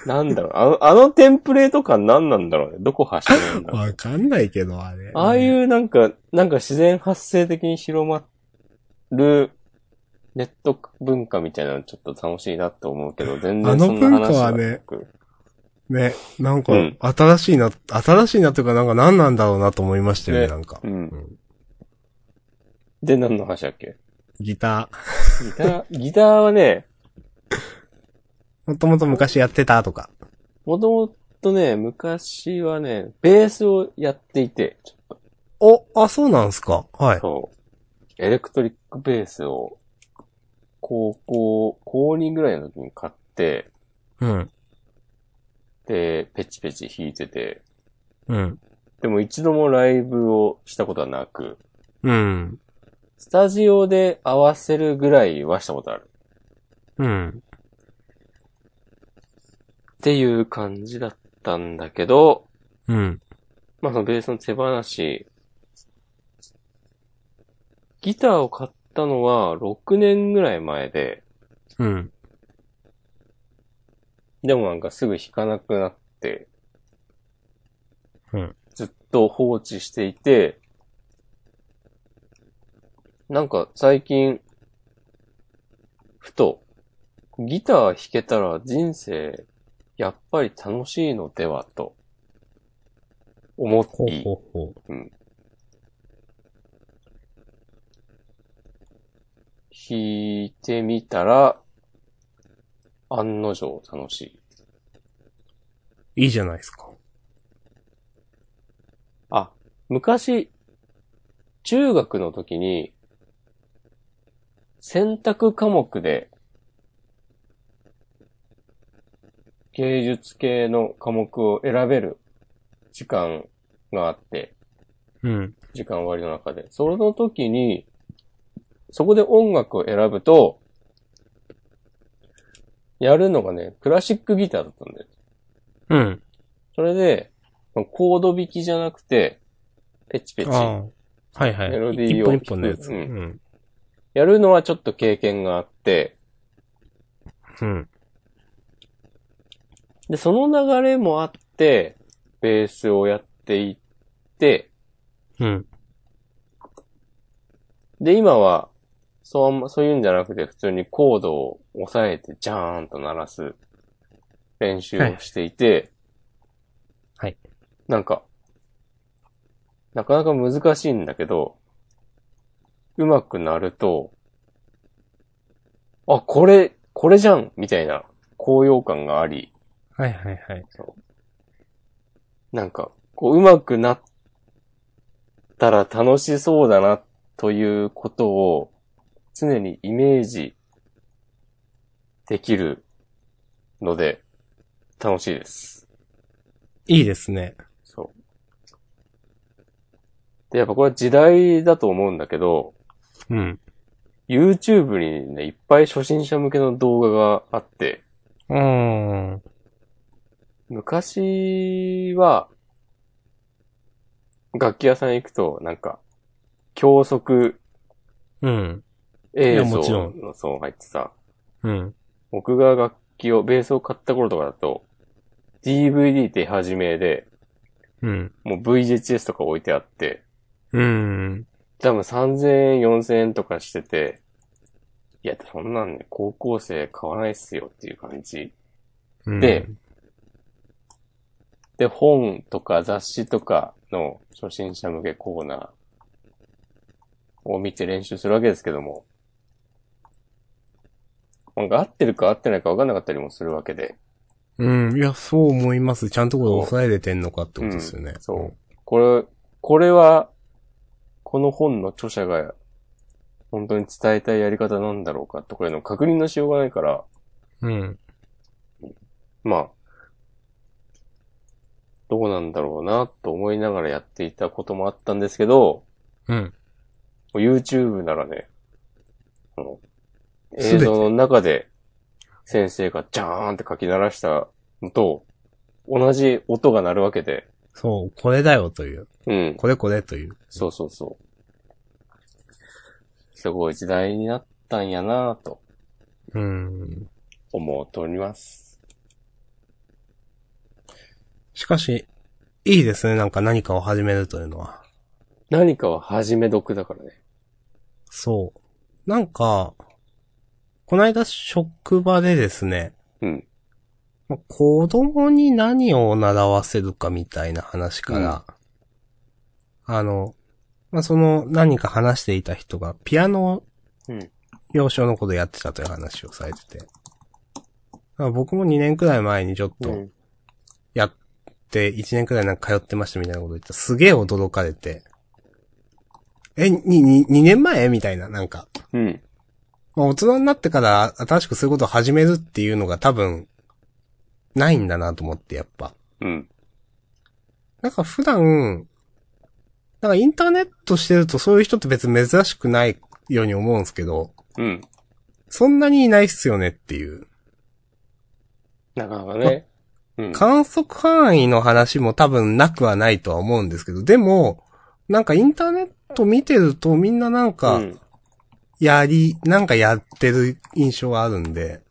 Speaker 2: なんだろう、あの、あのテンプレート感何なんだろうね。どこ発してるんだろう。
Speaker 1: わかんないけど、あれ。
Speaker 2: ああい。うなんか、なんか自然発生的に広まるネット文化みたいなのちょっと楽しいなって思うけど、全
Speaker 1: あ
Speaker 2: 然
Speaker 1: の
Speaker 2: そんな話
Speaker 1: 文化はね
Speaker 2: なく
Speaker 1: ね、なんか
Speaker 2: うん、
Speaker 1: 新しいな、新しいなというか、なんか何なんだろうなと思いましたよね、
Speaker 2: ね
Speaker 1: なんか
Speaker 2: う。ん
Speaker 1: ん。
Speaker 2: で、何の話だっけ
Speaker 1: ギター。
Speaker 2: ギター、 [laughs] ギターはね、
Speaker 1: もともと昔やってたとか。
Speaker 2: もともとね、昔はね、ベースをやっていて、ちょっ
Speaker 1: お、あ、そうなんすかは
Speaker 2: と
Speaker 1: い。
Speaker 2: そう、エレクトリックベースを、高校、高2ぐらいの時に買って、
Speaker 1: うん。
Speaker 2: で、ペチペチ弾いてて、
Speaker 1: うん。
Speaker 2: でも一度もライブをしたことはなく、
Speaker 1: うん。
Speaker 2: スタジオで合わせるぐらいはしたことある。
Speaker 1: うん。
Speaker 2: っていう感じだったんだけど、
Speaker 1: うん。
Speaker 2: まあそのベースの手放し、ギターを買ったのは6年ぐらい前で、
Speaker 1: うん。
Speaker 2: でもなんかすぐ弾かなくなって、
Speaker 1: うん
Speaker 2: ずっと放置していて、なんか最近、ふと、ギター弾けたら人生、やっぱり楽しいのではと、思って
Speaker 1: ほうほうほ
Speaker 2: 弾いてみたら、案の定楽しい。
Speaker 1: う。いいじゃないですか。
Speaker 2: あ、昔、中学の時に、選択科目で、芸術系の科目を選べる時間があって、
Speaker 1: うん。
Speaker 2: 時間割の中で。その時に、そこで音楽を選ぶと、やるのがね、クラシックギターだったんだよ。
Speaker 1: うん。
Speaker 2: それで、コード弾きじゃなくて、ペチペチ。
Speaker 1: ああ。はいはい。
Speaker 2: メロディ
Speaker 1: 一
Speaker 2: ーを
Speaker 1: 本一本のやつ。
Speaker 2: う
Speaker 1: うんん。
Speaker 2: やるのはちょっと経験があって、
Speaker 1: うん。
Speaker 2: で、その流れもあって、ベースをやっていって、
Speaker 1: うん。
Speaker 2: で、今は、そう、そういうんじゃなくて、普通にコードを押さえて、ジャーンと鳴らす練習をしていて、
Speaker 1: はいはい
Speaker 2: なんか、なかなか難しいんだけど、うまくなると、あ、これ、これじゃんみたいな高揚感があり、
Speaker 1: はいはいはい。
Speaker 2: なんか、こう、うまくなったら楽しそうだな、ということを、常にイメージできるので、楽しいです。
Speaker 1: いいですね。
Speaker 2: そう。で、やっぱこれは時代だと思うんだけど、
Speaker 1: うん。
Speaker 2: YouTube にね、いっぱい初心者向けの動画があって、
Speaker 1: うーん。
Speaker 2: 昔は、楽器屋さん行くと、なんか、教則
Speaker 1: うん。
Speaker 2: 映
Speaker 1: いやもちろ
Speaker 2: 像
Speaker 1: ん
Speaker 2: のそう入ってさ、
Speaker 1: うん。
Speaker 2: 僕が楽器を、ベースを買った頃とかだと、DVD 出始めで、
Speaker 1: うん。
Speaker 2: もう VHS とか置いてあって、
Speaker 1: うん。
Speaker 2: 多分3000円、4000円とかしてて、いや、そんなんね、高校生買わないっすよっていう感じ。
Speaker 1: うん
Speaker 2: で、で、本とか雑誌とかの初心者向けコーナーを見て練習するわけですけども、なんか合ってるか合ってないか分かんなかったりもするわけで、
Speaker 1: うん。いや、そう思います。ちゃんとこれ抑えれてんのかってことですよね。
Speaker 2: うんそう。これ、これは、この本の著者が本当に伝えたいやり方なんだろうかとかいうのを確認のしようがないから、
Speaker 1: うん。
Speaker 2: まあ、どうなんだろうなと思いながらやっていたこともあったんですけど、
Speaker 1: うん。
Speaker 2: YouTube ならね、あの
Speaker 1: 全
Speaker 2: 映
Speaker 1: て
Speaker 2: 像の中で先生がジャーンって書き鳴らしたのと同じ音が鳴るわけで、
Speaker 1: そう、これだよという。
Speaker 2: うん、
Speaker 1: これこれという。
Speaker 2: そうそうそう。すごい時代になったんやなぁと
Speaker 1: うん。
Speaker 2: 思っております。
Speaker 1: しかし、いいですね。なんか何かを始めるというのは。
Speaker 2: 何かは始め得だからね。
Speaker 1: そう。なんか、こないだ職場でですね、
Speaker 2: うん、
Speaker 1: まあ子供に何を習わせるかみたいな話から、あの、まあ、その何か話していた人がピアノを
Speaker 2: うん、
Speaker 1: 幼少のことやってたという話をされてて、まあ僕も2年くらい前にちょっと
Speaker 2: ん、
Speaker 1: やって、1年くらいなんか通ってましたみたいなこと言ったらすげえ驚かれて、え、に、に、2年前みたいな、なんか。
Speaker 2: うん、
Speaker 1: まあ、大人になってから新しくそういうことを始めるっていうのが多分、ないんだなと思って、やっぱ。
Speaker 2: うん、
Speaker 1: なんか普段、なんかインターネットしてるとそういう人って別に珍しくないように思うんですけど、
Speaker 2: うん。
Speaker 1: そんなにいないっすよねっていう。
Speaker 2: なかなかね。うん、
Speaker 1: 観測範囲の話も多分なくはないとは思うんですけど、でも、なんかインターネット見てるとみんななん
Speaker 2: う
Speaker 1: か、
Speaker 2: ん、
Speaker 1: やり、なんかやってる印象があるんで、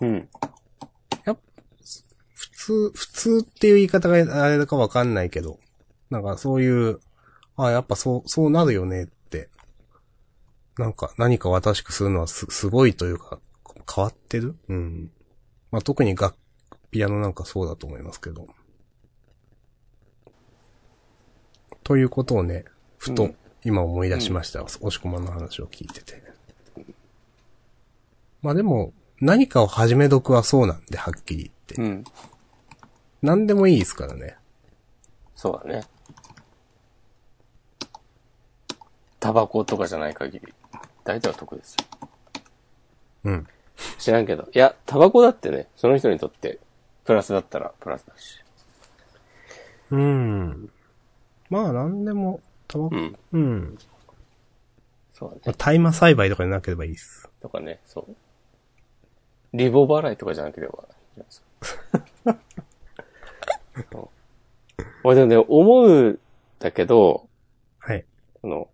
Speaker 2: うん、
Speaker 1: 普通、普通っていう言い方があれかわかんないけど、なんかそういう、あやっぱそう、そうなるよねって、なんか何かを新しくするのはす、すごいというか、変わってるうん。まあ、特に楽、ピアノなんかそうだと思いますけど。ということをね、ふ
Speaker 2: う
Speaker 1: と
Speaker 2: ん
Speaker 1: 今思い出しました。押し込まんの話を聞いてて。まあでも、何かを始め得はそうなんで、はっきり言って。
Speaker 2: うん。
Speaker 1: 何でもいいですからね。
Speaker 2: そうだね。タバコとかじゃない限り、大体は得ですよ。
Speaker 1: うん。
Speaker 2: 知らんけど。いや、タバコだってね、その人にとって、プラスだったらプラスだし。
Speaker 1: うん。まあ何でも、タバ
Speaker 2: う
Speaker 1: コ、
Speaker 2: ん。
Speaker 1: うん。
Speaker 2: そうだ
Speaker 1: まあ
Speaker 2: ね。
Speaker 1: 大麻栽培とかになければいいです。
Speaker 2: とかね、そう。リボ払いとかじゃなければいいですよ [laughs] そう俺でもね、思うんだけど、
Speaker 1: はい。
Speaker 2: その、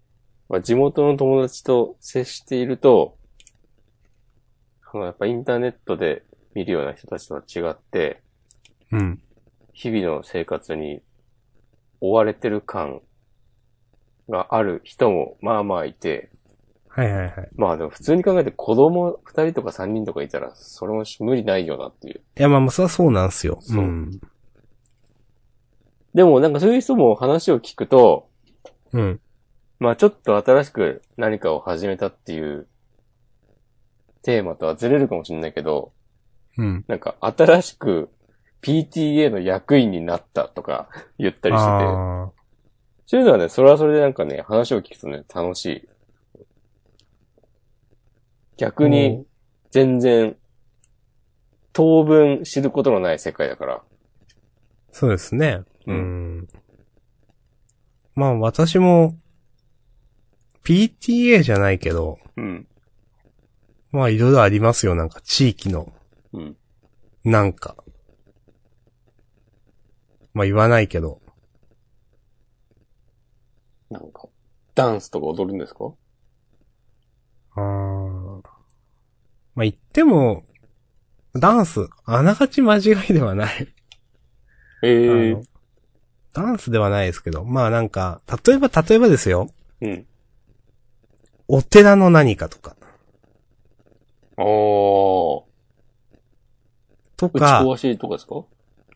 Speaker 2: まあ地元の友達と接していると、あの、やっぱインターネットで見るような人たちとは違って、
Speaker 1: うん。
Speaker 2: 日々の生活に追われてる感がある人もまあまあいて、
Speaker 1: はいはいはい。
Speaker 2: まあでも普通に考えて子供2人とか3人とかいたら、それも無理ないよなっていう。
Speaker 1: いやまあまあ、それはそうなんすよ。。
Speaker 2: そうんでもなんかそういう人も話を聞くと、
Speaker 1: うん。
Speaker 2: まあちょっと新しく何かを始めたっていうテーマとはずれるかもしれないけど、
Speaker 1: うん。
Speaker 2: なんか新しく PTA の役員になったとか言ったりしてて、
Speaker 1: あ
Speaker 2: そういうのはね、それはそれでなんかね、話を聞くとね、楽しい。
Speaker 1: ー
Speaker 2: 逆に、全然、当分知ることのない世界だから。
Speaker 1: そうですね。
Speaker 2: う
Speaker 1: うん。まあ私も、PTA じゃないけど、
Speaker 2: うん。
Speaker 1: まあいろいろありますよ。なんか地域の、
Speaker 2: うん。
Speaker 1: なんか。まあ言わないけど。
Speaker 2: なんか、ダンスとか踊るんですか
Speaker 1: あーまあ言っても、ダンス、あながち間違いではない。あ
Speaker 2: ええ
Speaker 1: のダンスではないですけど、まあなんか、例えば、例えばですよ。
Speaker 2: うん。
Speaker 1: お寺の何かとか。
Speaker 2: おー。
Speaker 1: と
Speaker 2: 打ち
Speaker 1: か、
Speaker 2: 壊しとかですか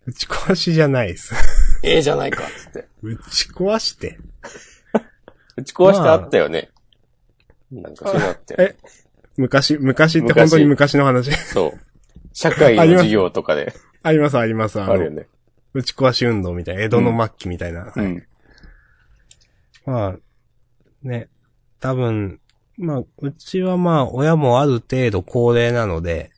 Speaker 1: 打ち壊しじゃないです。 [laughs]
Speaker 2: ええじゃないかっつって。
Speaker 1: 打ち壊して。
Speaker 2: 打ち壊してあったよね。なんかそうなって。
Speaker 1: え昔、昔って本当に昔の話。 [laughs]
Speaker 2: そう。社会の授業とかで
Speaker 1: ありますあります。あ
Speaker 2: あ
Speaker 1: の
Speaker 2: るよね。
Speaker 1: 打ち壊し運動みたいな、江戸の末期みたいな。
Speaker 2: う
Speaker 1: はい
Speaker 2: ん。
Speaker 1: まあ、ね、多分、まあ、うちはまあ、親もある程度高齢なので、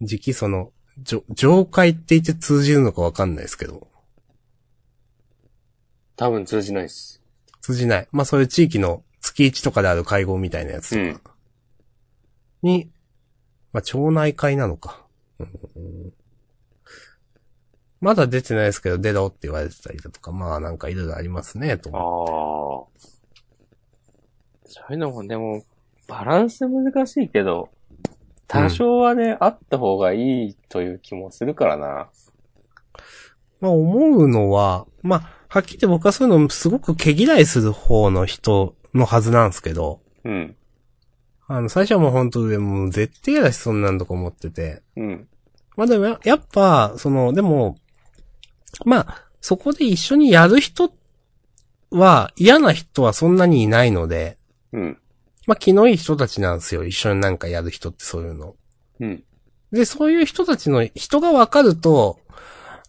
Speaker 1: 時期その、じょ上階って言って通じるのかわかんないですけど、
Speaker 2: 多分通じないっす。
Speaker 1: 通じない。まあそういう地域の月1とかである会合みたいなやつ
Speaker 2: うん。
Speaker 1: に、まあ町内会なのか。うんまだ出てないですけど、出ろって言われてたりだとか、まあなんかいろいろありますね、と
Speaker 2: ああ。
Speaker 1: 思
Speaker 2: そういうのもでも、バランス難しいけど、多少はね、あった方がいいという気もするからな。
Speaker 1: まあ思うのは、まあ、はっきり言って僕はそういうのすごく毛嫌いする方の人のはずなんですけど、
Speaker 2: うん。
Speaker 1: あの、最初はもう本当でもう絶対嫌だし、そんなんとか思ってて。
Speaker 2: うん。
Speaker 1: まあでもや、やっぱ、その、でも、まあ、そこで一緒にやる人は、嫌な人はそんなにいないので、
Speaker 2: うん。
Speaker 1: まあ気のいい人たちなんですよ。一緒になんかやる人ってそういうの。
Speaker 2: うん。
Speaker 1: で、そういう人たちの、人がわかると、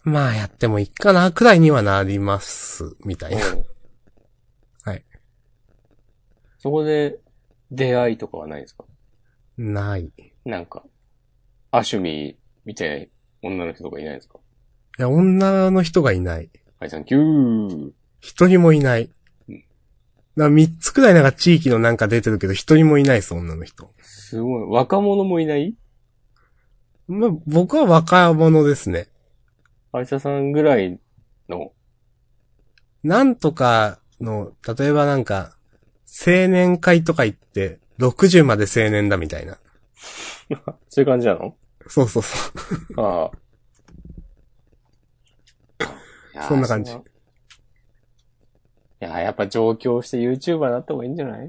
Speaker 1: まあやってもいいかな、くらいにはなります、みたいな。はい。
Speaker 2: そこで、出会いとかはないですか
Speaker 1: ない。い
Speaker 2: なんか、アシュミーみたいな女の人とかいないですか
Speaker 1: や、女の人がいない。
Speaker 2: はい、サンキュー。
Speaker 1: 一人もいない
Speaker 2: うん。
Speaker 1: な、三つくらいなんか地域のなんか出てるけど、一人もいないです、女の人。
Speaker 2: すごい。若者もいない
Speaker 1: まあ、僕は若者ですね。
Speaker 2: アリサさんぐらいの、
Speaker 1: なんとかの、例えばなんか、青年会とか行って、60まで青年だみたいな。
Speaker 2: そういう感じなの
Speaker 1: そうそうそう。
Speaker 2: ああ。
Speaker 1: [laughs] そんな感じ
Speaker 2: いやー、やっぱ上京して YouTuber になった方がいいんじゃない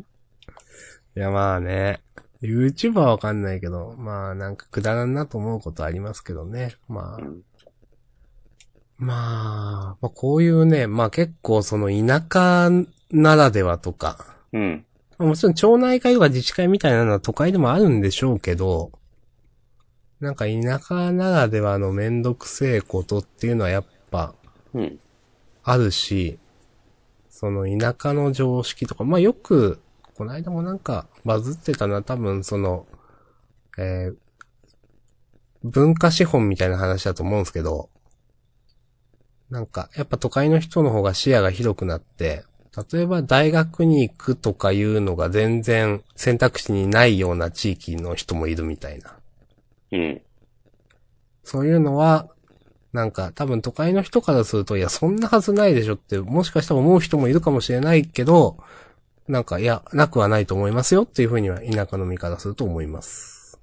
Speaker 1: いや、まあね。YouTuber はわかんないけど、まあなんかくだらんなと思うことありますけどね。まあ、
Speaker 2: ん。
Speaker 1: まあ、まあこういうね、まあ結構その田舎ならではとか、
Speaker 2: うん。
Speaker 1: まあもちろん町内会とか自治会みたいなのは都会でもあるんでしょうけど、なんか田舎ならではのめんどくせえことっていうのはやっぱ
Speaker 2: うん。
Speaker 1: あるし、その田舎の常識とか、まあよく、この間もなんかバズってたな、多分その、えー文化資本みたいな話だと思うんですけど、なんか、やっぱ都会の人の方が視野が広くなって、例えば大学に行くとかいうのが全然選択肢にないような地域の人もいるみたいな。
Speaker 2: うん。
Speaker 1: そういうのは、なんか多分都会の人からすると、いや、そんなはずないでしょって、もしかしたら思う人もいるかもしれないけど、なんか、いや、なくはないと思いますよっていうふうには田舎の身からすると思います。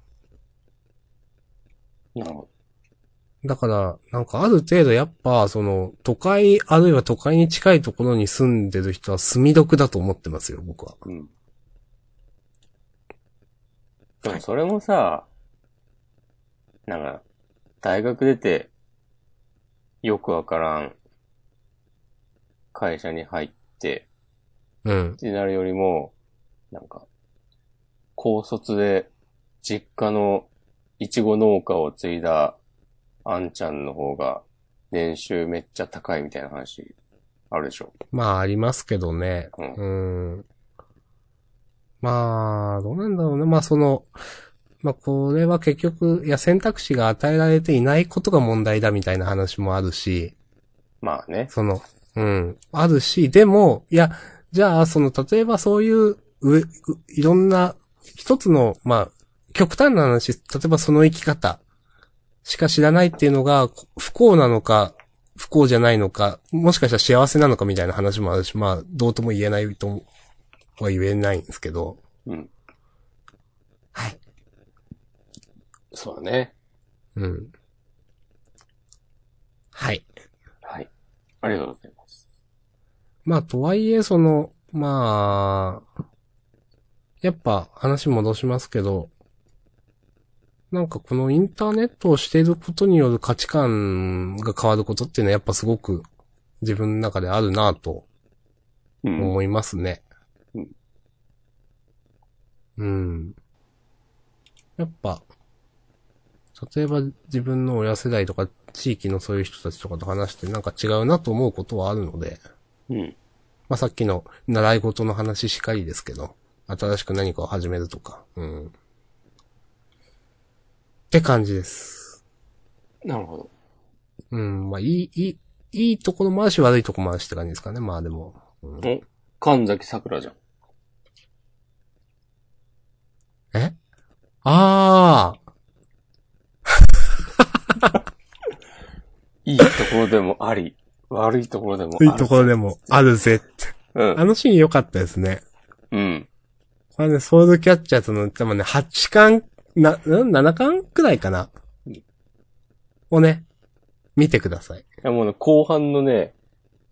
Speaker 2: なるほ
Speaker 1: だから、なんかある程度やっぱ、その、都会、あるいは都会に近いところに住んでる人は住み得だと思ってますよ、僕は。
Speaker 2: ど。うん。でもそれもさ、なんか、大学出て、よくわからん会社に入って、
Speaker 1: うん。
Speaker 2: になるよりも、なんか、高卒で実家のいちご農家を継いだあんちゃんの方が年収めっちゃ高いみたいな話あるでしょ。
Speaker 1: まあ、ありますけどね。
Speaker 2: うん
Speaker 1: うん。まあ、どうなんだろうね。まあ、その、まあ、これは結局、いや、選択肢が与えられていないことが問題だみたいな話もあるし、
Speaker 2: まあね。
Speaker 1: その、うん、あるし、でも、いや、じゃあ、その、例えばそういう、う、ういろんな、一つの、まあ、極端な話、例えばその生き方しか知らないっていうのが、こ不幸なのか、不幸じゃないのか、もしかしたら幸せなのかみたいな話もあるし、まあ、どうとも言えないともは言えないんですけど。
Speaker 2: うん。
Speaker 1: はい。
Speaker 2: そうだね。
Speaker 1: うん。はい。
Speaker 2: はい。ありがとうございます。
Speaker 1: まあ、とはいえ、その、まあ、やっぱ話戻しますけど、なんかこのインターネットをしていることによる価値観が変わることっていうのはやっぱすごく自分の中であるなぁと
Speaker 2: うん。
Speaker 1: 思いますね。
Speaker 2: うん
Speaker 1: うん。やっぱ、例えば自分の親世代とか地域のそういう人たちとかと話してなんか違うなと思うことはあるので、
Speaker 2: うん。
Speaker 1: まあ、さっきの習い事の話しかりですけど、新しく何かを始めるとか、うん。って感じです。
Speaker 2: なるほど。
Speaker 1: うん、まあ、いい、いい、いいところ回し、悪いところ回しって感じですかね、まあでも。うん
Speaker 2: お、神崎桜じゃん。
Speaker 1: えああ
Speaker 2: いいところでもあ [laughs] り、悪いところでもあ
Speaker 1: い
Speaker 2: る。
Speaker 1: いところでもあるぜって。
Speaker 2: うん
Speaker 1: あ。のシーン良かったですね。
Speaker 2: うん。
Speaker 1: これね、ソウルキャッチャーとの、多分ね、8巻、な、うん7巻くらいかな。をね、見てください。
Speaker 2: いやもうね、後半のね、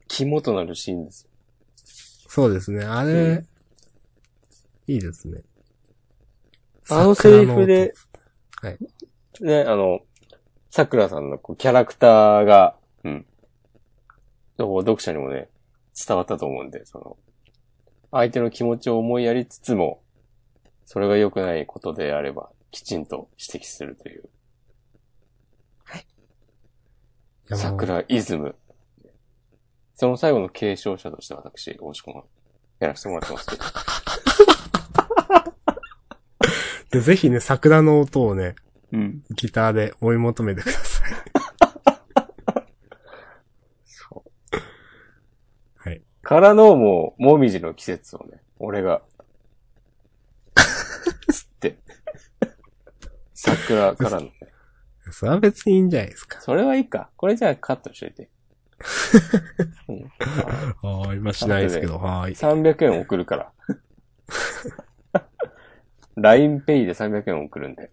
Speaker 2: 肝となるシーンですよ。
Speaker 1: そうですね。あれ、
Speaker 2: う
Speaker 1: いいですね。
Speaker 2: あのセリフで
Speaker 1: 桜の音。
Speaker 2: ね、あの、桜さんのこうキャラクターが、うん。どう読者にもね、伝わったと思うんで、その、相手の気持ちを思いやりつつも、それが良くないことであれば、きちんと指摘するという、
Speaker 1: はい。桜。
Speaker 2: 桜イズム。その最後の継承者として私、大志んやらせてもらってますけど。
Speaker 1: で、ぜひね、桜の音をね、
Speaker 2: うん。
Speaker 1: ギターで追い求めてください。 [laughs]
Speaker 2: そう。
Speaker 1: はい。
Speaker 2: からの、もう、もみじの季節をね、俺 [laughs] が、つって、桜からのね。
Speaker 1: それは別にいいんじゃないですか。
Speaker 2: それはいいか。これじゃあカットしといて。うん、
Speaker 1: はーい、まあ、しないですけど、はーい。
Speaker 2: 300円送るから。LINEPay で300円送るんで。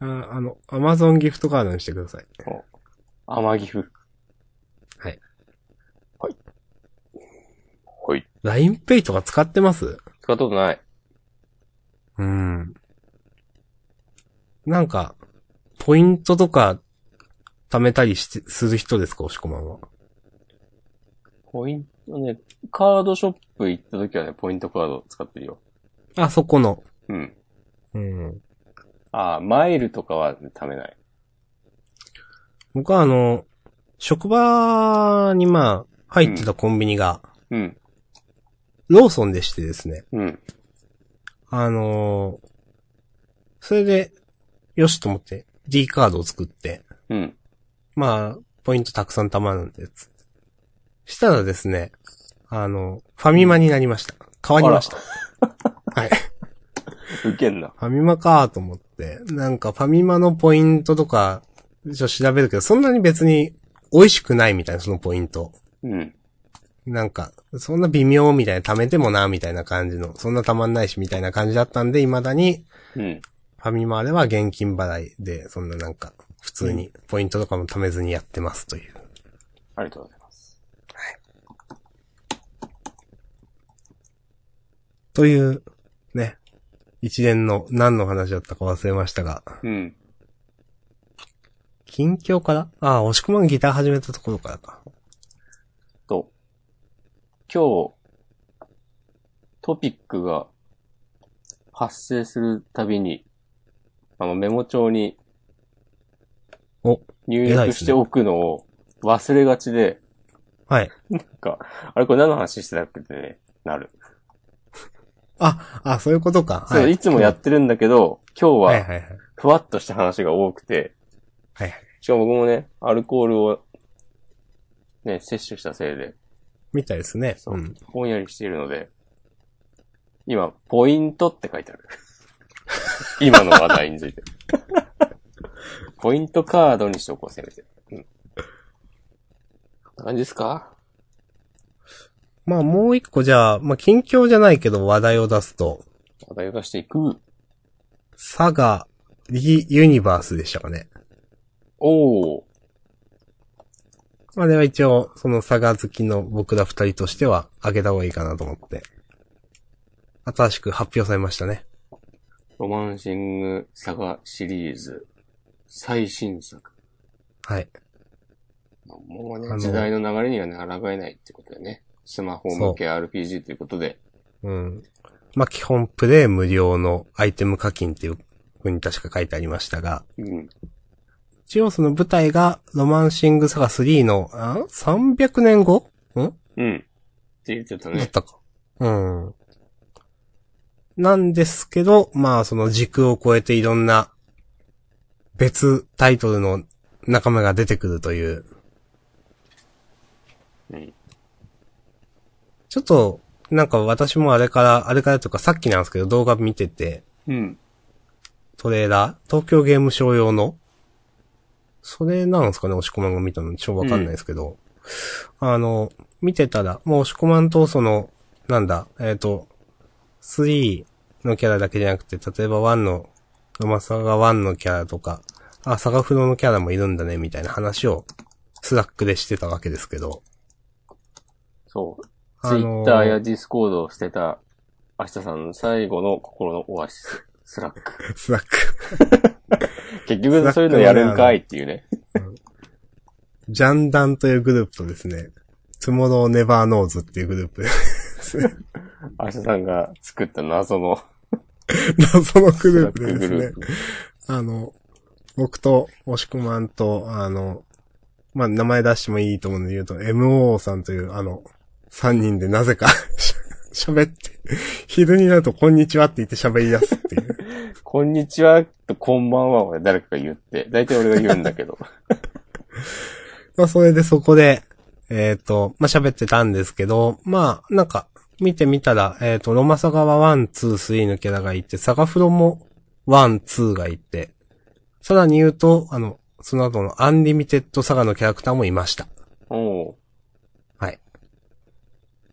Speaker 1: ああの、アマゾンギフトカードにしてください。
Speaker 2: 天岐阜。
Speaker 1: はい。
Speaker 2: はい。はい。
Speaker 1: LINEPay とか使ってます
Speaker 2: 使ったことない。
Speaker 1: うん。なんか、ポイントとか、貯めたりして、する人ですか、押し込まんは。
Speaker 2: ポイントね、カードショップ行った時はね、ポイントカード使ってるよ。
Speaker 1: あ、そこの。
Speaker 2: うん。
Speaker 1: うん。
Speaker 2: ああ、マイルとかは貯めない。
Speaker 1: 僕はあの、職場にまあ、入ってたコンビニが、
Speaker 2: うん。
Speaker 1: ローソンでしてですね。
Speaker 2: うん。
Speaker 1: あのーそれで、よしと思って、D カードを作って、
Speaker 2: うん。
Speaker 1: まあ、ポイントたくさん貯まるんで、つってしたらですね、あの、ファミマになりました。変わりました。
Speaker 2: [laughs]
Speaker 1: はい。
Speaker 2: 受けんな。
Speaker 1: ファミマかと思って、なんかファミマのポイントとか、ちょっと調べるけど、そんなに別に美味しくないみたいな、そのポイント。
Speaker 2: うん。
Speaker 1: なんか、そんな微妙みたいな、貯めてもな、みたいな感じの、そんな貯まんないし、みたいな感じだったんで、未だに、
Speaker 2: うん。
Speaker 1: ファミマでは現金払いで、そんななんか、普通に、ポイントとかも貯めずにやってますという。
Speaker 2: ありがとうございます。
Speaker 1: という、ね。一連の何の話だったか忘れましたが、
Speaker 2: うん。
Speaker 1: 近況からああ、押し込まんギター始めたところからか。
Speaker 2: と、今日、トピックが発生するたびに、あのメモ帳に
Speaker 1: お偉
Speaker 2: 入
Speaker 1: いで
Speaker 2: 力
Speaker 1: すね
Speaker 2: しておくのを忘れがちで、
Speaker 1: はい。
Speaker 2: なんか、あれこれ何の話してたっけってね、なる。
Speaker 1: あ、あ、そういうことか。
Speaker 2: そう、いつもやってるんだけど、今日
Speaker 1: はい
Speaker 2: は
Speaker 1: はいはい。
Speaker 2: ふわっとした話が多くて、
Speaker 1: はいはい。
Speaker 2: しかも僕もね、アルコールを、ね、摂取したせいで、
Speaker 1: みたいですね。
Speaker 2: そうう、
Speaker 1: ん。
Speaker 2: ぼんやりしているので、今、ポイントって書いてある。 [laughs] 今の話題につい [laughs] て。ポイントカードにしとこう、せめて。うん。こんな感じですか
Speaker 1: まあもう一個じゃあ、まあ近況じゃないけど話題を出すと、
Speaker 2: 話題を出していく。
Speaker 1: サガ、リユニバースでしたかね。
Speaker 2: おー。
Speaker 1: まああれは一応、そのサガ好きの僕ら二人としては、あげた方がいいかなと思って。新しく発表されましたね。
Speaker 2: ロマンシングサガシリーズ最新作。
Speaker 1: はい。
Speaker 2: もう
Speaker 1: あ
Speaker 2: ね、
Speaker 1: の
Speaker 2: 時代の流れにはね、抗えないってことでね。スマホ向け RPG ということで。
Speaker 1: うん。まあ基本プレイ無料のアイテム課金っていう風に確か書いてありましたが、
Speaker 2: うん。
Speaker 1: 一応その舞台がロマンシングサガ3の、あ ?300 年後ん
Speaker 2: うん。って言って
Speaker 1: だ
Speaker 2: た
Speaker 1: っ
Speaker 2: ね。
Speaker 1: たか。うん。なんですけど、まあその時空を超えていろんな別タイトルの仲間が出てくるという。
Speaker 2: うん。
Speaker 1: ちょっと、なんか私もあれから、あれからというかさっきなんですけど動画見てて、
Speaker 2: うん。
Speaker 1: トレーラー東京ゲームショー用のそれなんですかね、押し込まんが見たのちょっとわかんないですけど。あの、見てたら、もう押し込まんとその、なんだ、えっ、と、3のキャラだけじゃなくて、例えば1の、ロマサガ1のキャラとか、あ、サガフロのキャラもいるんだね、みたいな話を、スラックでしてたわけですけど。
Speaker 2: そう。
Speaker 1: あのー
Speaker 2: Twitter や Discord を捨てた、明日さんの最後の心のオアシス、スラ
Speaker 1: [laughs]
Speaker 2: ック。
Speaker 1: [laughs] スラック。
Speaker 2: 結局そういうのやるんかいっていうね。
Speaker 1: ジャンダンというグループとですね、トゥモローネバーノーズっていうグループ [laughs] ですね。
Speaker 2: 明日さんが作った謎の
Speaker 1: 謎のグ
Speaker 2: ス
Speaker 1: ル
Speaker 2: ラ
Speaker 1: ー
Speaker 2: ッ
Speaker 1: プで
Speaker 2: ク
Speaker 1: です
Speaker 2: グ
Speaker 1: ね
Speaker 2: ルー。プ。
Speaker 1: あの、僕と、押し込まんと、あの、まあ、名前出してもいいと思うんで言うと、MO さんという、あの、3人でなぜか [laughs] し、喋って、昼になると、こんにちはって言って喋り出すっていう。
Speaker 2: こんにちはとこんばんはをね誰かが言って、大体俺が言うんだ
Speaker 1: [laughs]
Speaker 2: けど。
Speaker 1: まあ、それでそこで、えっ、と、まあ、喋ってたんですけど、まあ、なんか、見てみたら、えっ、と、ロマサガは1、2、3のキャラがいて、サガフロも1、2がいて、さらに言うと、あの、その後のアンリミテッドサガのキャラクターもいました。
Speaker 2: おう
Speaker 1: はい。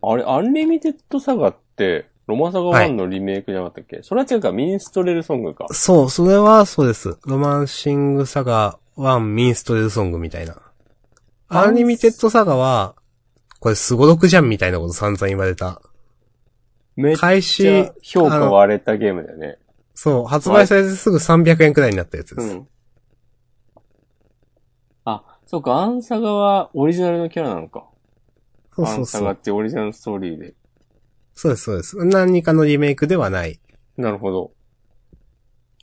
Speaker 2: あれ、アンリミテッドサガって、ロマサガ1のリメイクじゃなかったっけ、それは違うか、ミンストレルソングか。
Speaker 1: そう、それはそうです。ロマンシングサガ1ミンストレルソングみたいな。
Speaker 2: あ
Speaker 1: アンリミテッドサガは、これすごろくじゃんみたいなこと散々言われた。
Speaker 2: めっちゃ
Speaker 1: 開始、
Speaker 2: 評価
Speaker 1: あの
Speaker 2: 割れたゲームだよね。
Speaker 1: そう、発売されてすぐ300円くらいになったやつで
Speaker 2: う
Speaker 1: す。
Speaker 2: ん。あ、そうか、アンサガはオリジナルのキャラなのか。
Speaker 1: そうそう
Speaker 2: アンサ
Speaker 1: そ
Speaker 2: ガ
Speaker 1: う
Speaker 2: っ。てオリジナルストーリーで。
Speaker 1: そうです、そうです。何かのリメイクではない。
Speaker 2: なるほど。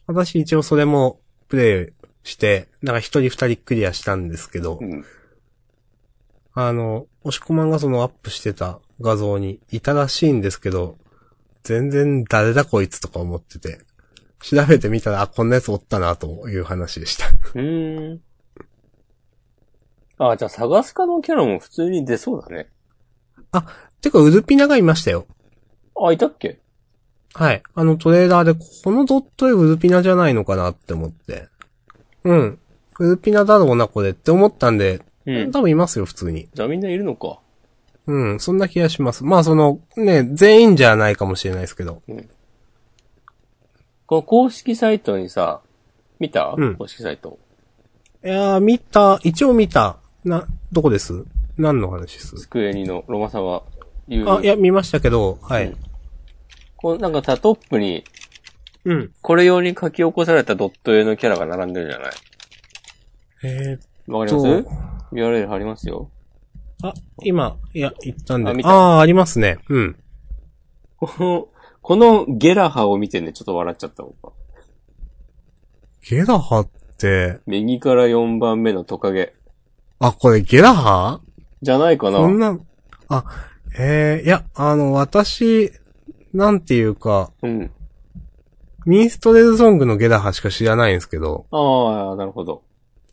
Speaker 1: 私一応それもプレイして、なんか一人二人クリアしたんですけど、
Speaker 2: うん。
Speaker 1: あの、押し込まんがそのアップしてた画像にいたらしいんですけど、全然誰だこいつとか思ってて、調べてみたら、あ、こんなやつおったなという話でした。 [laughs]
Speaker 2: うーん。あ、じゃあ、サガスカのキャラも普通に出そうだね。
Speaker 1: てか、ウルピナがいましたよ。
Speaker 2: あ、いたっけ
Speaker 1: はい。あのトレーラーで、このドット絵ウルピナじゃないのかなって思って。うん。ウルピナだろうな、これって思ったんで、
Speaker 2: うん。
Speaker 1: 多分いますよ、普通に。
Speaker 2: じゃあみんないるのか。
Speaker 1: うん、そんな気がします。まあ、その、ね、全員じゃないかもしれないですけど。
Speaker 2: この公式サイトにさ、見た、
Speaker 1: うん
Speaker 2: 公式サイト。
Speaker 1: いやー、見た、一応見た。な、どこです何の話です
Speaker 2: スクエニのロマサワいう。
Speaker 1: あ、いや、見ましたけど、はい。
Speaker 2: こうなんかさ、トップに、
Speaker 1: うん。
Speaker 2: これ用に書き起こされたドット絵のキャラが並んでるじゃない
Speaker 1: えー、っ
Speaker 2: わかります
Speaker 1: と、
Speaker 2: ?URL 貼りますよ。
Speaker 1: あ、今、いや、言ったんで
Speaker 2: あ見。た
Speaker 1: ああー、ありますね。うん。
Speaker 2: この、このゲラハを見てね、ちょっと笑っちゃった僕は。
Speaker 1: ゲラハって、
Speaker 2: 右から4番目のトカゲ。
Speaker 1: あ、これゲラハ
Speaker 2: じゃないかな
Speaker 1: こんな、あ、えー、いや、あの、私、なんていうか、
Speaker 2: うん。
Speaker 1: ミンストレルソングのゲラハしか知らないんですけど、
Speaker 2: ああ、なるほど。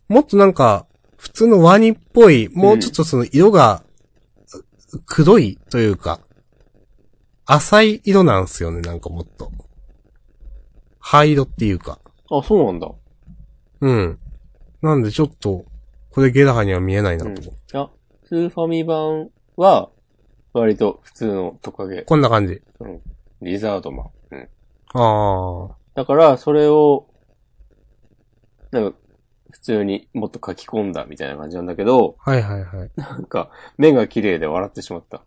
Speaker 1: もっとなんか、普通のワニっぽい、もうちょっとその色が、黒いというか、浅い色なんですよね、なんかもっと。灰色っていうか。
Speaker 2: あ、そうなんだ。
Speaker 1: うん。なんでちょっと、これゲラハには見えないなと思う。
Speaker 2: いや、スーファミ版は、割と普通のトカゲ、
Speaker 1: こんな感じ。
Speaker 2: リザードマン。うん。
Speaker 1: ああ。
Speaker 2: だから、それを、なんか、普通にもっと書き込んだみたいな感じなんだけど、
Speaker 1: はいはいはい。
Speaker 2: なんか、目が綺麗で笑ってしまった。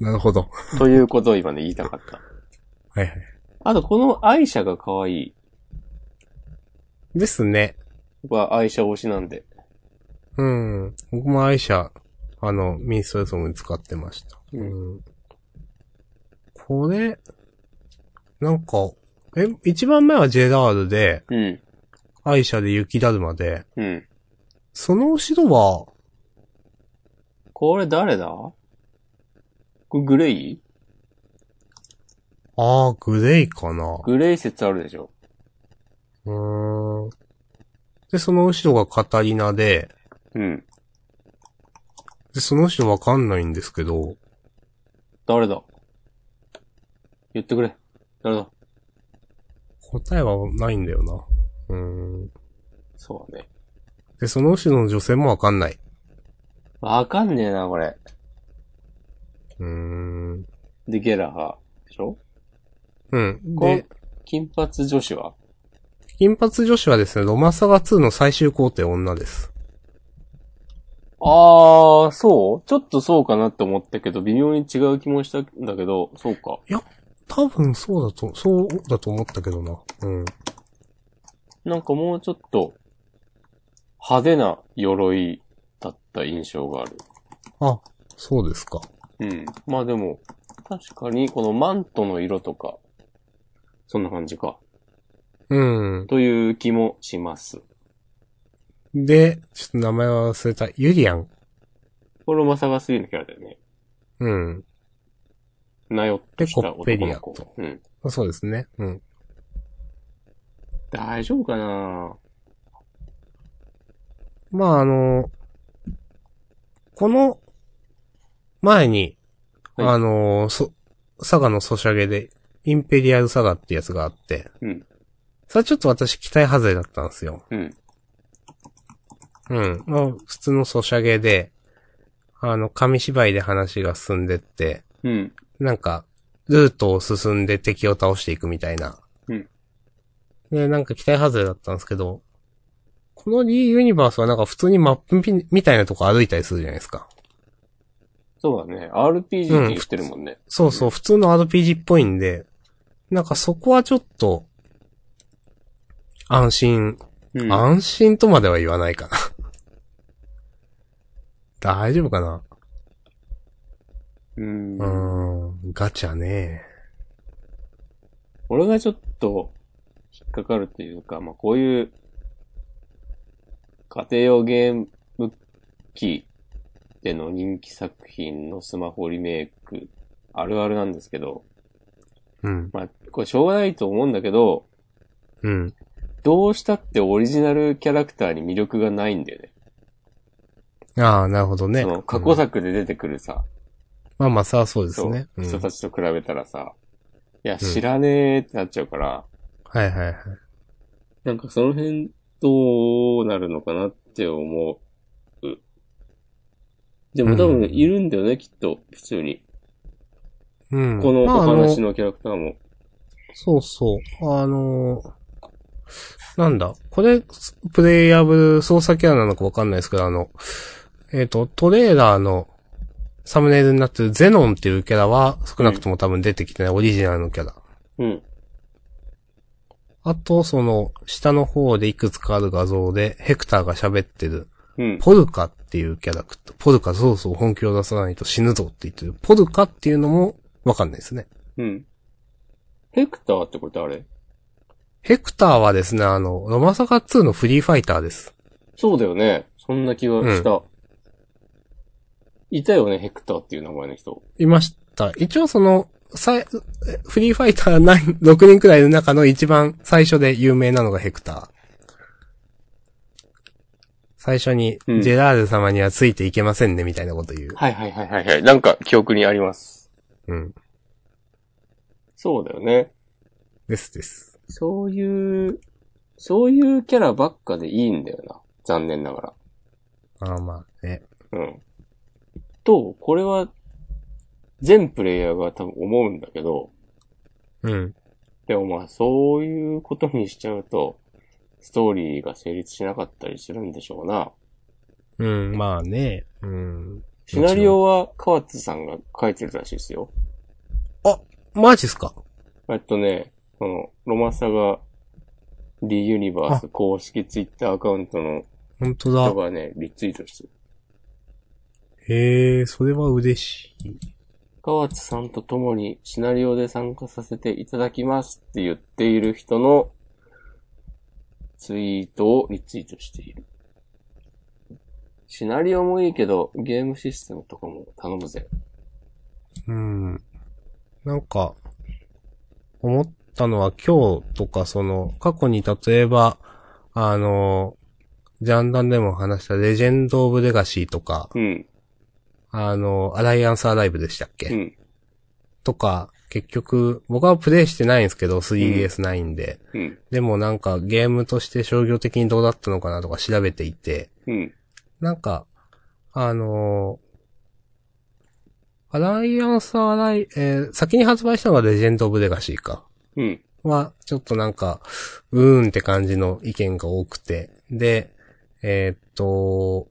Speaker 1: なるほど。
Speaker 2: ということを今ね、言いたかった。
Speaker 1: はいはい。
Speaker 2: あと、この愛車が可愛い。
Speaker 1: ですね。
Speaker 2: 僕は愛車推しなんで。
Speaker 1: うん。僕も愛車、あの、ミンストレソングに使ってました。
Speaker 2: う
Speaker 1: うん。これ、なんか、え、一番前はジェラールで、
Speaker 2: うん。
Speaker 1: 愛車で雪だるまで、
Speaker 2: うん。
Speaker 1: その後ろは、
Speaker 2: これ誰だこれグレイ
Speaker 1: あー、グレイかな。
Speaker 2: グレイ説あるでしょ。
Speaker 1: うーん。で、その後ろがカタリナで、
Speaker 2: うん。
Speaker 1: で、その後ろわかんないんですけど、
Speaker 2: 誰だ言ってくれ。誰だ
Speaker 1: 答えはないんだよな。うーん。
Speaker 2: そうだね。
Speaker 1: で、その後ろの女性もわかんない。
Speaker 2: わかんねえな、これ。
Speaker 1: うーん。
Speaker 2: で、ゲラハでしょ
Speaker 1: うん。
Speaker 2: こ
Speaker 1: で
Speaker 2: ん、金髪女子は
Speaker 1: 金髪女子はですね、ロマサガ2の最終工程女です。
Speaker 2: あー、そうちょっとそうかなって思ったけど、微妙に違う気もしたんだけど、そうか。
Speaker 1: 多分そうだと、そうだと思ったけどな。うん。
Speaker 2: なんかもうちょっと、派手な鎧だった印象がある。
Speaker 1: あ、そうですか。
Speaker 2: うん。まあでも、確かにこのマントの色とか、そんな感じか。
Speaker 1: うん。
Speaker 2: という気もします。
Speaker 1: で、ちょっと名前忘れた。ユリアン。
Speaker 2: これまさがすぎのキャラだよね。
Speaker 1: うん。
Speaker 2: なよっとした
Speaker 1: で
Speaker 2: 男
Speaker 1: コッペリア
Speaker 2: の
Speaker 1: と
Speaker 2: 子。うん。
Speaker 1: そうですね。うん。
Speaker 2: 大丈夫かな
Speaker 1: まあ、あの、この、前に、
Speaker 2: はい
Speaker 1: あの、そ、サガのソシャゲで、インペリアルサガってやつがあって、
Speaker 2: うん。
Speaker 1: それはちょっと私期待外れだったんですよ。
Speaker 2: うん。
Speaker 1: うん。まあ、普通のソシャゲで、あの、紙芝居で話が進んでって、
Speaker 2: うん。
Speaker 1: なんか、ルートを進んで敵を倒していくみたいな。
Speaker 2: うん。
Speaker 1: で、なんか期待外れだったんですけど、このリーユニバースはなんか普通にマップみみたいなとこ歩いたりするじゃないですか。
Speaker 2: そうだね。RPG って言ってるもんね。
Speaker 1: そうそう、普通の RPG っぽいんで、なんかそこはちょっと、安心、
Speaker 2: うん。
Speaker 1: 安心とまでは言わないかな。 [laughs] 大丈夫かな
Speaker 2: うん
Speaker 1: うーん、ガチャね。
Speaker 2: 俺がちょっと引っかかるというか、まあこういう家庭用ゲーム機での人気作品のスマホリメイクあるあるなんですけど、
Speaker 1: うん、
Speaker 2: まあこれしょうがないと思うんだけど、
Speaker 1: うん。
Speaker 2: どうしたってオリジナルキャラクターに魅力がないんだよね。
Speaker 1: ああ、なるほどね。
Speaker 2: その過去
Speaker 1: うん
Speaker 2: 作で出てくるさ、
Speaker 1: まあまあ、さあそうです
Speaker 2: そう
Speaker 1: ね。うん
Speaker 2: 人たちと比べたらさ、いや、
Speaker 1: ん
Speaker 2: 知らねえってなっちゃうから、
Speaker 1: はいはいはい。
Speaker 2: なんかその辺どうなるのかなって思う。でも多
Speaker 1: うん
Speaker 2: 分いるんだよね、きっと、普通に。
Speaker 1: うん。
Speaker 2: このお
Speaker 1: まああ
Speaker 2: 話のキャラクターも。
Speaker 1: そうそう。あのーなんだ。これ、プレイヤブル操作キャラなのかわかんないですけど、あの、えっ、と、トレーラーのサムネイルになってるゼノンっていうキャラは少なくとも多分出てきてない、オリジナルのキャラ。
Speaker 2: うん。
Speaker 1: あと、その、下の方でいくつかある画像で、ヘクターが喋ってる、
Speaker 2: うん。
Speaker 1: ポルカっていうキャラクター、ポルカそうそう本気を出さないと死ぬぞって言ってる、ポルカっていうのもわかんないですね。
Speaker 2: うん。ヘクターってこれ誰
Speaker 1: ヘクターはですね、あの、ロマサガ2のフリーファイターです。
Speaker 2: そうだよね。そんな気がした。いたよね、ヘクターっていう名前の人。
Speaker 1: いました。一応その、さいフリーファイター9、6人くらいの [laughs] 中の一番最初で有名なのがヘクター。最初に、ジ
Speaker 2: うん
Speaker 1: ェラール様にはついていけませんね、みたいなこと言う。
Speaker 2: はいはいはいはいはい。なんか記憶にあります。
Speaker 1: うん。
Speaker 2: そうだよね。
Speaker 1: ですです。
Speaker 2: そういう、そういうキャラばっかでいいんだよな。残念なが
Speaker 1: ああまあね。
Speaker 2: ら。うん。と、これは、全プレイヤーが多分思うんだけど、
Speaker 1: うん。
Speaker 2: でもまあ、そういうことにしちゃうと、ストーリーが成立しなかったりするんでしょうな。
Speaker 1: うん、まあね。うん。
Speaker 2: シナリオは河津さんが書いてるらしいですよ。
Speaker 1: マジっすか
Speaker 2: えっとね、その、ロマサガ、リユニバース公式ツイッターアカウントの
Speaker 1: 本当
Speaker 2: 人
Speaker 1: だ。
Speaker 2: がね、リツイートしてる。
Speaker 1: へえ、それは嬉しい。
Speaker 2: 河津さんと共にシナリオで参加させていただきますって言っている人のツイートをリツイートしている。シナリオもいいけど、ゲームシステムとかも頼むぜ。
Speaker 1: うん。なんか、思ったのは今日とかその、過去に例えば、あの、ジャンダンでも話したレジェンド・オブ・レガシーとか、
Speaker 2: うん、
Speaker 1: あの、アライアンス・アライブでしたっけ、
Speaker 2: うん、
Speaker 1: とか、結局、僕はプレイしてないんですけど、3DS ないんで、
Speaker 2: うん、
Speaker 1: でもなんかゲームとして商業的にどうだったのかなとか調べていて、
Speaker 2: うん、
Speaker 1: なんか、あのーアライアンスアライ、えー先に発売したのがレジェンド・オブ・レガシーか。
Speaker 2: うん、
Speaker 1: は、ちょっとなんか、うーんって感じの意見が多くて。で、えーっと、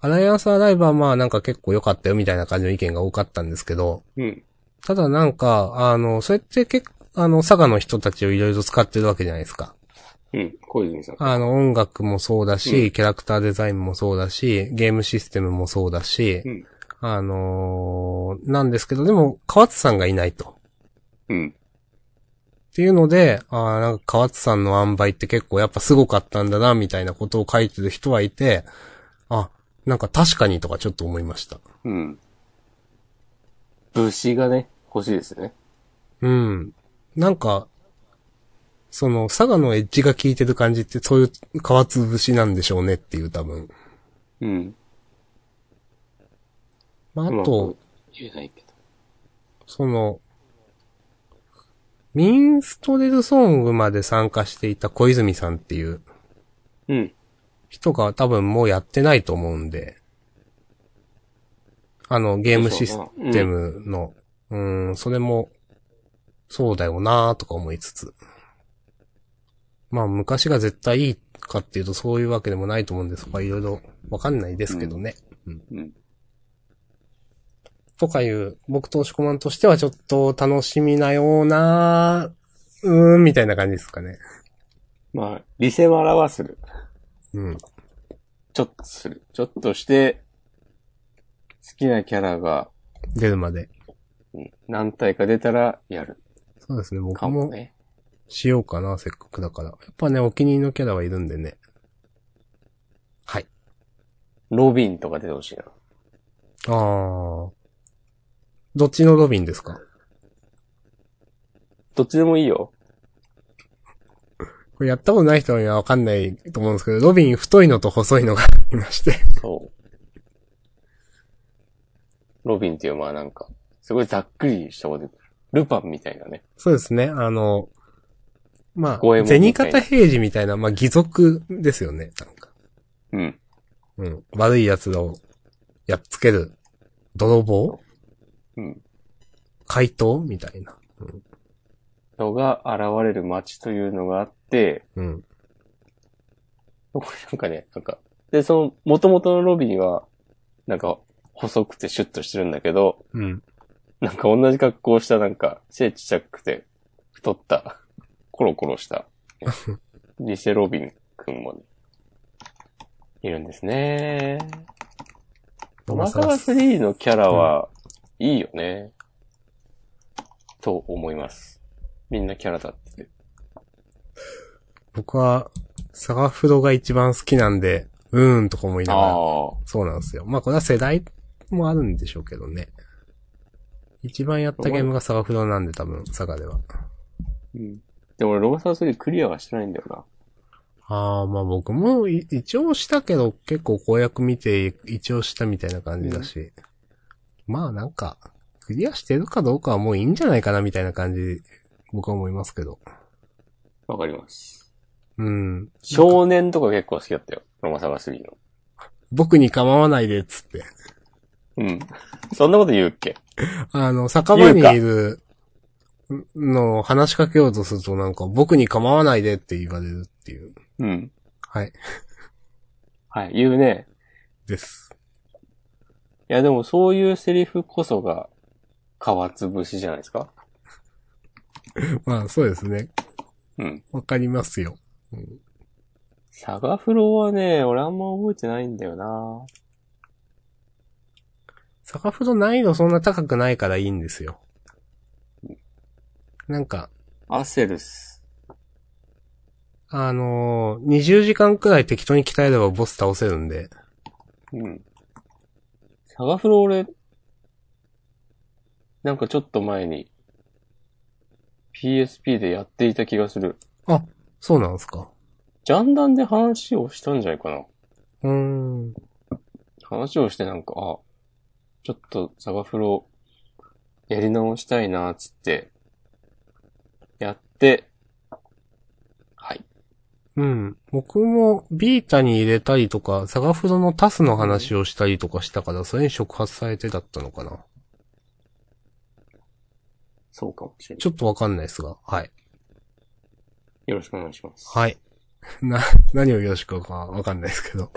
Speaker 1: アライアンスアライブはまあなんか結構良かったよみたいな感じの意見が多かったんですけど、
Speaker 2: うん、
Speaker 1: ただなんか、あの、それって結構、あの、佐賀の人たちをいろいろ使ってるわけじゃないですか。
Speaker 2: うん、小泉さん。
Speaker 1: あの、音楽もそうだし、
Speaker 2: う
Speaker 1: キャラクターデザインもそうだし、ゲームシステムもそうだし、
Speaker 2: うん
Speaker 1: あのーなんですけど、でも、河津さんがいないと。
Speaker 2: うん、
Speaker 1: っていうので、あーなんか河津さんの塩梅って結構やっぱすごかったんだな、みたいなことを書いてる人はいて、あ、なんか確かにとかちょっと思いました。
Speaker 2: うん。武士がね、欲しいですね。
Speaker 1: うん。なんか、その、佐賀のエッジが効いてる感じってそういう河津節なんでしょうねっていう多分。
Speaker 2: うん。
Speaker 1: まあ、
Speaker 2: あ
Speaker 1: あと、、
Speaker 2: 言えないけど。
Speaker 1: その、ミンストレルソングまで参加していた小泉さんっていう
Speaker 2: うん。
Speaker 1: 人が多分もうやってないと思うんで、あの、ゲームシステムの、うん、ん、それも、そうだよなーとか思いつつ。まあ、昔が絶対いいかっていうとそういうわけでもないと思うんで、そこはいろいろわかんないですけどね。
Speaker 2: うん。
Speaker 1: とかいう、僕投資コマンとしてはちょっと楽しみなような、うーん、みたいな感じですかね。
Speaker 2: まあ、理性を表する。
Speaker 1: うん。
Speaker 2: ちょっとする。ちょっとして、好きなキャラが
Speaker 1: 出るまで。
Speaker 2: うん何体か出たらやる
Speaker 1: そうですね、僕
Speaker 2: かも
Speaker 1: も
Speaker 2: ね。
Speaker 1: しようかな、せっかくだから。やっぱね、お気に入りのキャラはいるんでね。はい。
Speaker 2: ロビンとか出てほしいな。
Speaker 1: あー。どっちのロビンですか
Speaker 2: どっちでもいいよ。
Speaker 1: これやったことない人にはわかんないと思うんですけど、ロビン太いのと細いのがいまして。 [laughs]
Speaker 2: そう。ロビンっていう、まあなんか、すごいざっくりしたことで、ルパンみたいなね。
Speaker 1: そうですね、あの、ま
Speaker 2: 五右衛
Speaker 1: あ、
Speaker 2: 門み
Speaker 1: 銭
Speaker 2: たいな
Speaker 1: 形平次みたいな、まあ、義賊ですよね、なんか。
Speaker 2: うん。
Speaker 1: うん。悪い奴らをやっつける泥棒
Speaker 2: うん。
Speaker 1: 怪盗みたいな。うん
Speaker 2: のが現れる街というのがあって、
Speaker 1: うん。
Speaker 2: これなんかね、なんか、で、その、元々のロビンは、なんか、細くてシュッとしてるんだけど、
Speaker 1: うん。
Speaker 2: なんか同じ格好をしたなんか、背ちっちゃくて、太った、コロコロした、
Speaker 1: [laughs]
Speaker 2: リセロビンくんもね、いるんですね。トマサガ3のキャラは、いいよね。と思います。みんなキャラだって。
Speaker 1: 僕は、サガフロが一番好きなんで、うーんとか思いながら。
Speaker 2: あ
Speaker 1: そうなんですよ。まあこれは世代もあるんでしょうけどね。一番やったゲームがサガフロなんで多分、サガでは。
Speaker 2: うん。でも俺、ローサー3クリアはしてないんだよな。
Speaker 1: ああ、まあ僕もい一応したけど、結構公約見て一応したみたいな感じだし。まあなんか、クリアしてるかどうかはもういいんじゃないかなみたいな感じ、僕は思いますけど。
Speaker 2: わかります。
Speaker 1: うん。
Speaker 2: 少年とか結構好きだったよ。ロマサガ3の。
Speaker 1: 僕に構わないで、つって。 [laughs]
Speaker 2: うん。そんなこと言うっけ
Speaker 1: あの、酒場にいるのを話しかけようとするとなんか、僕に構わないでって言われるっていう。
Speaker 2: うん。
Speaker 1: はい。
Speaker 2: はい、言うね。
Speaker 1: です。
Speaker 2: いや、でもそういうセリフこそが、皮つぶしじゃないですか
Speaker 1: まあそうですね。
Speaker 2: うん。
Speaker 1: わかりますよ。
Speaker 2: サガフロはね、俺あんま覚えてないんだよな
Speaker 1: サカフロ難易度そんな高くないからいいんですよ。なんか、
Speaker 2: アセルス。
Speaker 1: あのー、20時間くらい適当に鍛えればボス倒せるんで。
Speaker 2: うん。サガフロ俺、なんかちょっと前に、PSP でやっていた気がする。
Speaker 1: あ、そうなんですか。
Speaker 2: ジャンダンで話をしたんじゃないかな。
Speaker 1: うーん。
Speaker 2: 話をしてなんか、あ、ちょっとサガフロやり直したいな、つって、やって、はい。
Speaker 1: うん。僕もビータに入れたりとか、サガフロのタスの話をしたりとかしたから、それに触発されてだったのかな。
Speaker 2: そうかもしれない。
Speaker 1: ちょっとわかんないですが。はい。
Speaker 2: よろしくお願いします。
Speaker 1: はい。 [laughs] な、何をよろしくかわかんないですけど。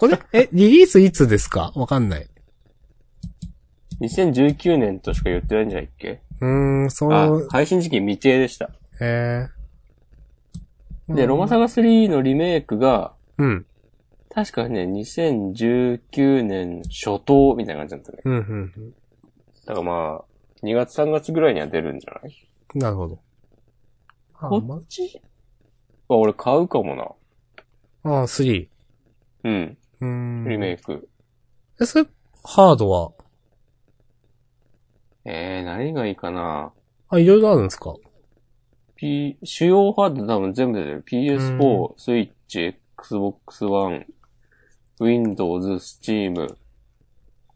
Speaker 1: これ、え、リリースいつですかわかんない。
Speaker 2: 2019年としか言ってないんじゃないっけ
Speaker 1: うーん、そ
Speaker 2: あ
Speaker 1: の、、
Speaker 2: 配信時期未定でした。
Speaker 1: えー。
Speaker 2: で、ロマサガ3のリメイクが、
Speaker 1: うん。
Speaker 2: 確かね、2019年初頭みたいな感じだったね。
Speaker 1: うん、うん、う
Speaker 2: だからまあ、2月3月ぐらいには出るんじゃない
Speaker 1: ん。なるほど。あ、
Speaker 2: こ
Speaker 1: ま
Speaker 2: っちあ、俺買うかも
Speaker 1: あ、3。
Speaker 2: な。うん。
Speaker 1: うーん。
Speaker 2: リメイク。
Speaker 1: え、それ、ハードは、
Speaker 2: えー、何がいいかな
Speaker 1: あ、いろいろあるんですか
Speaker 2: P、主要ハード多分全部出てる。
Speaker 1: う
Speaker 2: PS4、Switch、Xbox One、Windows、Steam、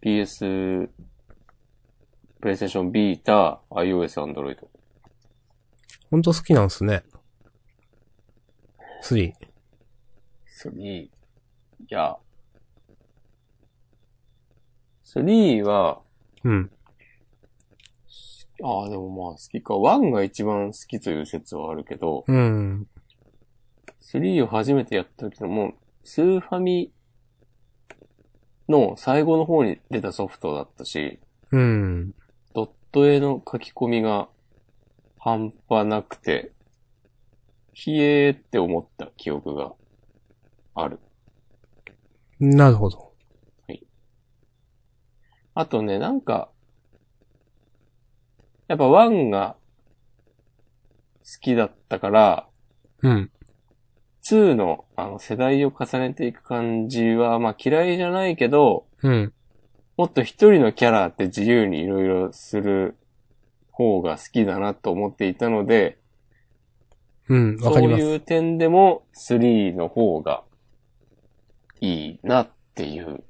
Speaker 2: PS、PlayStation Vita、iOS、Android。
Speaker 1: ほんと好きなんですね。3。
Speaker 2: 3。いや。3は、
Speaker 1: うん。
Speaker 2: ああ、でもまあ好きか。1が一番好きという説はあるけど、
Speaker 1: うん。
Speaker 2: 3を初めてやった時のもう、スーファミの最後の方に出たソフトだったし、
Speaker 1: うん。
Speaker 2: ドット絵の書き込みが半端なくて、ひえーって思った記憶がある。
Speaker 1: なるほど。
Speaker 2: あとね、なんか、やっぱワンが好きだったから、
Speaker 1: うん。
Speaker 2: 2のあの世代を重ねていく感じは、まあ嫌いじゃないけど、
Speaker 1: うん。
Speaker 2: もっと一人のキャラって自由にいろいろする方が好きだなと思っていたので、
Speaker 1: うん。わ
Speaker 2: そ
Speaker 1: か
Speaker 2: う
Speaker 1: りま
Speaker 2: い
Speaker 1: す。
Speaker 2: う点でも3の方がいいなっていう。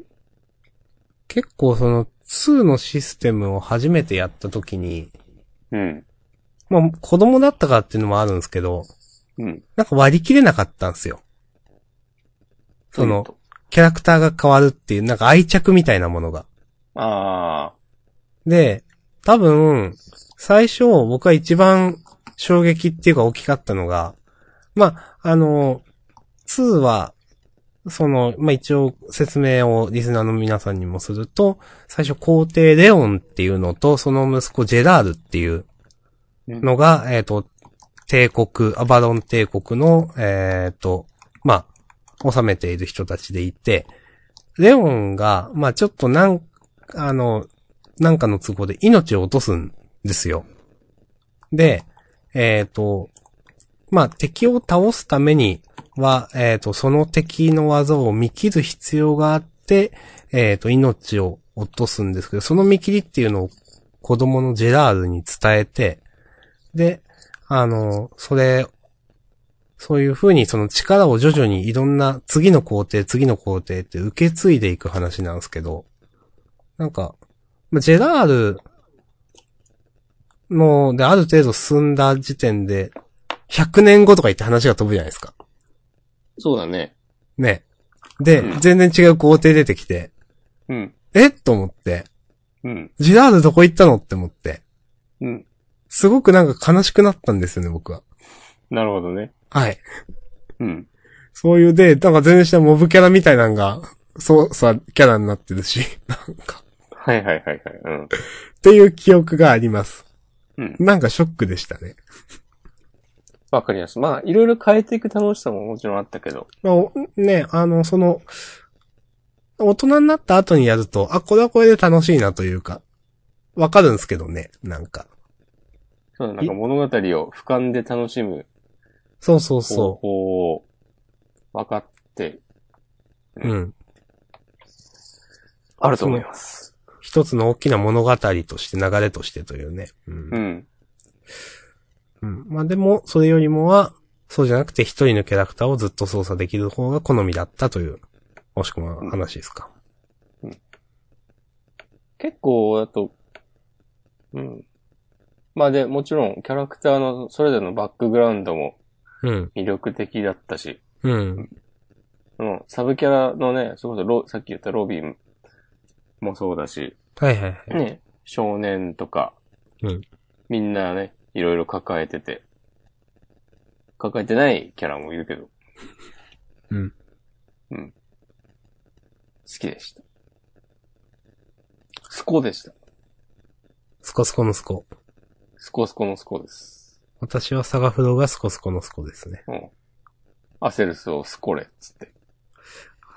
Speaker 1: 結構その、2のシステムを初めてやった時に、
Speaker 2: うん。
Speaker 1: まあ、子供だったからっていうのもあるんですけど、
Speaker 2: うん。
Speaker 1: なんか割り切れなかったんですよ。その
Speaker 2: というこ、
Speaker 1: キャラクターが変わるっていう、なんか愛着みたいなものが。
Speaker 2: と。ああ。
Speaker 1: で、多分、最初僕は一番衝撃っていうか大きかったのが、まあ、あの、2は、その、まあ、一応説明をリスナーの皆さんにもすると、最初皇帝レオンっていうのと、その息子ジェラールっていうのが、えっ、と、帝国、アバロン帝国の、えっ、と、まあ、治めている人たちでいて、レオンが、まあ、ちょっとなん、あの、なんかの都合で命を落とすんですよ。で、えっ、と、まあ、敵を倒すためには、えっ、と、その敵の技を見切る必要があって、えっ、と、命を落とすんですけど、その見切りっていうのを子供のジェラールに伝えて、で、あの、それ、そういう風にその力を徐々にいろんな次の工程、次の工程って受け継いでいく話なんですけど、なんか、まあジェラールの、で、ある程度進んだ時点で、100年後とか言って話が飛ぶじゃないですか。
Speaker 2: そうだね。
Speaker 1: ね。で
Speaker 2: う、ん
Speaker 1: 全然違う工程出てきて、
Speaker 2: うん。
Speaker 1: えと思って、
Speaker 2: うん。
Speaker 1: ジェラールどこ行ったのって思って、
Speaker 2: うん。
Speaker 1: すごくなんか悲しくなったんですよね、僕は。
Speaker 2: なるほどね。
Speaker 1: はい。
Speaker 2: うん。
Speaker 1: そういうで、なんか全然したモブキャラみたいなのが、そうさ、キャラになってるし、なんか、
Speaker 2: はいはいはいはい。うん。
Speaker 1: っていう記憶があります。
Speaker 2: うん。
Speaker 1: なんかショックでしたね。
Speaker 2: わかります。まあ、いろいろ変えていく楽しさももちろんあったけど。
Speaker 1: まあ、おね、あの、その、大人になった後にやると、あ、これはこれで楽しいなというか、わかるんですけどね、なんか。
Speaker 2: そうだなんか
Speaker 1: い
Speaker 2: 物語を俯瞰で楽しむ
Speaker 1: そうそう
Speaker 2: 方
Speaker 1: そ
Speaker 2: 法を分かって
Speaker 1: う。うん。
Speaker 2: あると思います。
Speaker 1: 一つの大きな物語として、流れとしてというね。うん
Speaker 2: うん。
Speaker 1: うん。まあでも、それよりもは、そうじゃなくて一人のキャラクターをずっと操作できる方が好みだったという、もしくは話ですか。
Speaker 2: 結構、あと、うん。まあで、もちろんキャラクターのそれぞれのバックグラウンドも
Speaker 1: うん。
Speaker 2: 魅力的だったし、
Speaker 1: うん。
Speaker 2: うん、サブキャラのね、それこそロ、さっき言ったロビンもそうだし、
Speaker 1: はいはいはい。
Speaker 2: ね、少年とか、
Speaker 1: うん
Speaker 2: みんなね、いろいろ抱えてて、抱えてないキャラもいるけど。
Speaker 1: うん。
Speaker 2: うん。好きでした。スコでした。
Speaker 1: スコスコのスコ。
Speaker 2: スコスコのスコです。
Speaker 1: 私はサガフロがスコスコのスコですね。
Speaker 2: うん。アセルスをスコレっつって。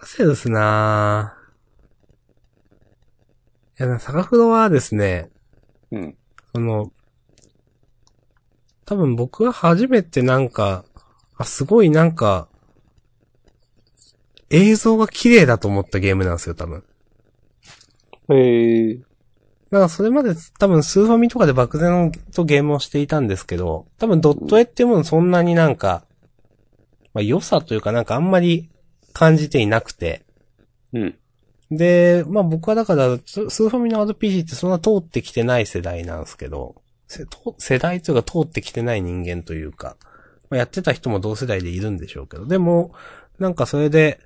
Speaker 1: アセルスなぁ。いやな、サガフロはですね、
Speaker 2: うん。
Speaker 1: その、多分僕は初めてなんか、あ、すごいなんか、映像が綺麗だと思ったゲームなんですよ、多分。
Speaker 2: へえ。
Speaker 1: なんかそれまで多分スーファミとかで漠然とゲームをしていたんですけど、多分ドット絵っていうものそんなになんか、まあ良さというかなんかあんまり感じていなくて。
Speaker 2: うん。
Speaker 1: で、まあ僕はだから、ススーファミの RPG ってそんな通ってきてない世代なんですけど、せと世代というか通ってきてない人間というか、まあ、やってた人も同世代でいるんでしょうけど、でも、なんかそれで、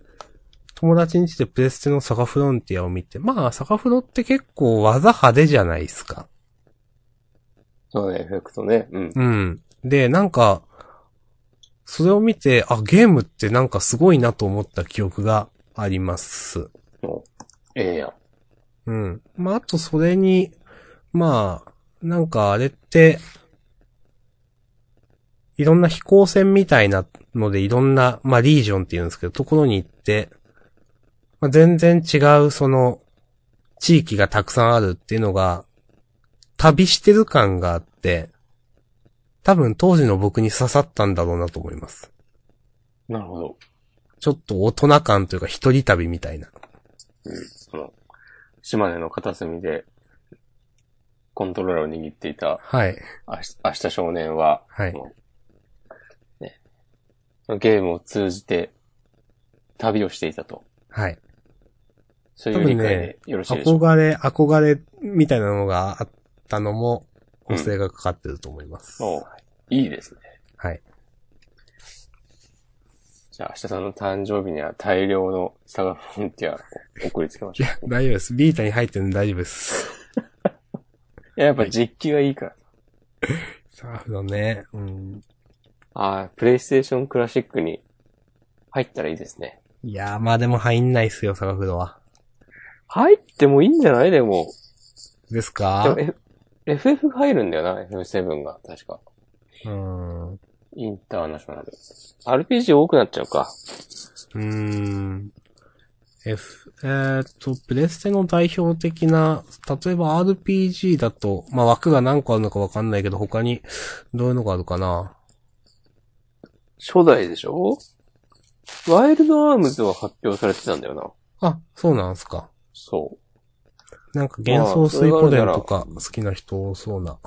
Speaker 1: 友達に来てプレステのサガフロンティアを見て、まあサガフロって結構技派手じゃないですか。
Speaker 2: そうね、エフェクトね。うん。
Speaker 1: うん。で、なんか、それを見て、あ、ゲームってなんかすごいなと思った記憶があります。
Speaker 2: ええやん。
Speaker 1: うん。まあ、あとそれに、まあ、なんかあれって、いろんな飛行船みたいなので、いろんな、まあ、リージョンって言うんですけど、ところに行って、まあ、全然違う、その、地域がたくさんあるっていうのが、旅してる感があって、多分当時の僕に刺さったんだろうなと思います。
Speaker 2: なるほど。
Speaker 1: ちょっと大人感というか一人旅みたいな。
Speaker 2: うん。その、島根の片隅で、コントローラーを握っていた
Speaker 1: はい。
Speaker 2: 明日明日少年は、
Speaker 1: はい
Speaker 2: そのねそのゲームを通じて旅をしていたと。
Speaker 1: はい。
Speaker 2: そういう理解でよろしいでしょうか。
Speaker 1: 憧れ、憧れみたいなのがあったのも、
Speaker 2: うん
Speaker 1: 補正がかかってると思います。
Speaker 2: おういいですね。
Speaker 1: はい。
Speaker 2: じゃあ、明日さんの誕生日には大量のサガフロンティアを送りつけまし
Speaker 1: い
Speaker 2: ょ
Speaker 1: や、 [laughs] 大丈夫です。ビータに入ってるんで大丈夫 [laughs] です。
Speaker 2: う。いや、やっぱ実機がいいから。
Speaker 1: サーフのね、うん。
Speaker 2: ああ、プレイステーションクラシックに入ったらいいですね。
Speaker 1: いやー、まあでも入んないっすよ、サガフロは。
Speaker 2: 入ってもいいんじゃないでも。
Speaker 1: です
Speaker 2: で
Speaker 1: か
Speaker 2: も、F、FF 入るんだよな、F7 が。確か。
Speaker 1: うん。う
Speaker 2: インターナショナル。RPG 多くなっちゃうか。
Speaker 1: ーん。 F、えーっと、プレステの代表的な、例えば RPG だと、まあ、枠が何個あるのかわかんないけど、他に、どういうのがあるかな。
Speaker 2: 初代でしょワイルドアームズは発表されてたんだよな。
Speaker 1: あ、そうなんすか。
Speaker 2: そ
Speaker 1: なんか幻想水古伝とか好きな人多そうな
Speaker 2: う。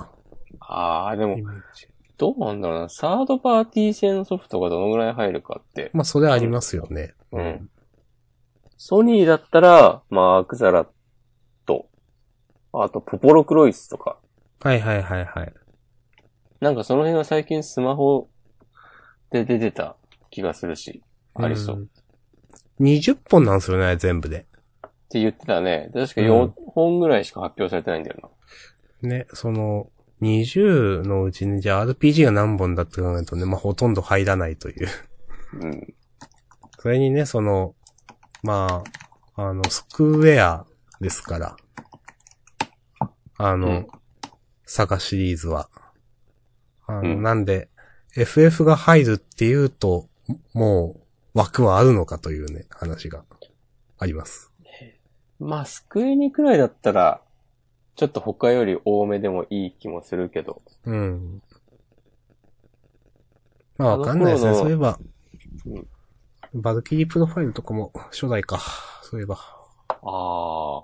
Speaker 2: ああ、で
Speaker 1: イ
Speaker 2: も、
Speaker 1: メージ。
Speaker 2: どうなんだろうな。サードパーティー製のソフトがどのぐらい入るかって。
Speaker 1: まあ、それありますよね。
Speaker 2: うん。ソニーだったら、まあ、アクザラと、あと、ポポロクロイスとか。
Speaker 1: はいはいはいはい。
Speaker 2: なんかその辺は最近スマホで出てた気がするし、ありそう。っ
Speaker 1: ん。20本なんですよね、全部で。
Speaker 2: て言ってたね。確か
Speaker 1: う
Speaker 2: 4
Speaker 1: ん
Speaker 2: 本ぐらいしか発表されてないんだよな。
Speaker 1: ね、その、20のうちに、じゃあ RPG が何本だって考えるとね、まあ、ほとんど入らないという。
Speaker 2: うん。
Speaker 1: それにね、その、まあ、あの、スクウェアですから。あの、
Speaker 2: うん
Speaker 1: サガシリーズは。あの、
Speaker 2: うん
Speaker 1: なんで、FF が入るっていうと、もう、枠はあるのかというね、話があります。
Speaker 2: まあ、スクエニくらいだったら、ちょっと他より多めでもいい気もするけど。
Speaker 1: うん。まあ、わかんないですね。
Speaker 2: あの頃の
Speaker 1: そういえば
Speaker 2: うん、
Speaker 1: バルキリープロファイルとかも初代か。そういえば。
Speaker 2: ああ。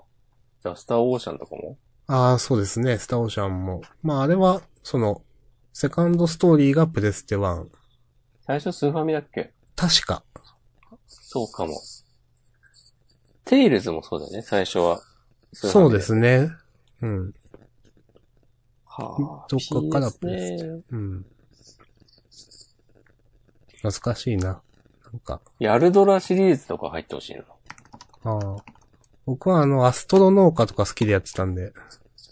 Speaker 2: じゃあ、スターオーシャンとかも
Speaker 1: ああ、そうですね。スターオーシャンも。まあ、あれは、その、セカンドストーリーがプレステ1。
Speaker 2: 最初スーファミだっけ
Speaker 1: 確か。
Speaker 2: そうかも。テイルズもそうだよね、最初は。スーファ
Speaker 1: そ
Speaker 2: ミ
Speaker 1: うで。すね。うん。
Speaker 2: はあ。
Speaker 1: どっかから
Speaker 2: PS ね
Speaker 1: プうん。懐かしいな。なんか、
Speaker 2: ヤルドラシリーズとか入ってほしいな。
Speaker 1: ああ。僕はあの、アストロ農家とか好きでやってたんで。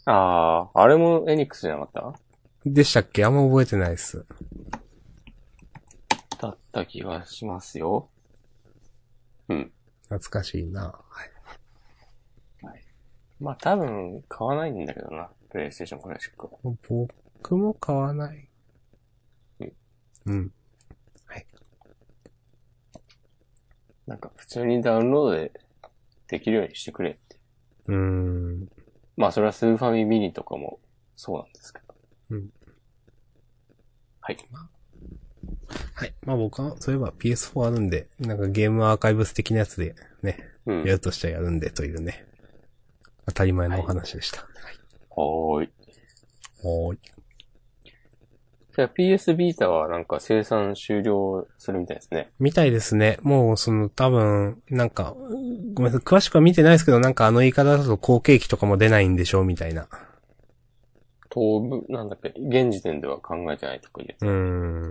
Speaker 2: ああ、あれもエニックスじゃなかっ
Speaker 1: でしたっけあんま覚えてないです。
Speaker 2: ただった気がしますよ。うん。
Speaker 1: 懐かしいな。はい。
Speaker 2: まあ多分買わないんだけどな。プレイステーションクラシックは。
Speaker 1: 僕も買わない。うん。
Speaker 2: なんか普通にダウンロードでできるようにしてくれって。
Speaker 1: うーん。
Speaker 2: まあそれはスーファミミニとかもそうなんですけど。
Speaker 1: うん。
Speaker 2: はい。
Speaker 1: はい。まあ僕は、そういえば PS4 あるんで、なんかゲームアーカイブス的なやつでね、
Speaker 2: うん。
Speaker 1: やるとしたらやるんでというね、当たり前のお話でした。はい。
Speaker 2: はーい。
Speaker 1: おーい。
Speaker 2: じゃあ PS ビータはなんか生産終了するみたいですね。
Speaker 1: みたいですね。もうその多分、なんか、ごめんなさい、詳しくは見てないですけど、なんかあの言い方だと後継機とかも出ないんでしょうみたいな。
Speaker 2: 当分、なんだっけ、現時点では考えてないとか言って。
Speaker 1: うー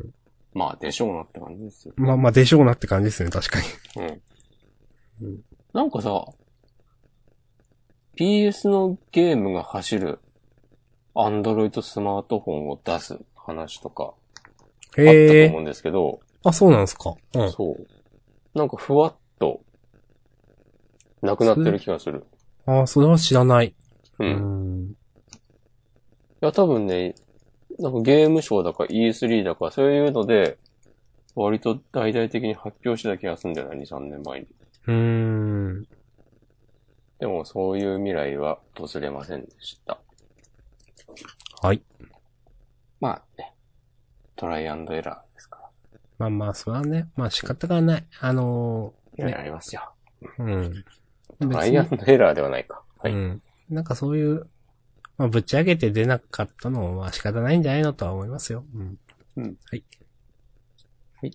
Speaker 1: ん。
Speaker 2: まあでしょうなって感じですよ。
Speaker 1: まあまあでしょうなって感じですね、確 [laughs] かに。
Speaker 2: うん。なんかさ、PS のゲームが走る、アンドロイドスマートフォンを出す話とか、あった
Speaker 1: へ
Speaker 2: と
Speaker 1: え
Speaker 2: 思。うんですけど、
Speaker 1: あ、そうなんですか。うん。
Speaker 2: そう。なんかふわっと、なくなってる気がする。
Speaker 1: ああ、それは知らない。
Speaker 2: う。
Speaker 1: うん
Speaker 2: い
Speaker 1: ん。
Speaker 2: や、多分ね、なんかゲームショーだか E3 だか、そういうので、割と大々的に発表してた気がするんだよな、2、3年前に。
Speaker 1: うーん。
Speaker 2: でも、そういう未来は訪れませんでした。
Speaker 1: はい。
Speaker 2: まあね、トライアンドエラーですか
Speaker 1: まあまあ、それはね、まあ仕方がない。あの
Speaker 2: ら。いや、ありますよ。
Speaker 1: ー、うん。
Speaker 2: トライアンドエラーではないか。
Speaker 1: う
Speaker 2: はい。
Speaker 1: ん。なんかそういう、まあ、ぶち上げて出なかったのも、まあ仕方ないんじゃないのとは思いますよ。うん。
Speaker 2: うん
Speaker 1: はい。
Speaker 2: はい。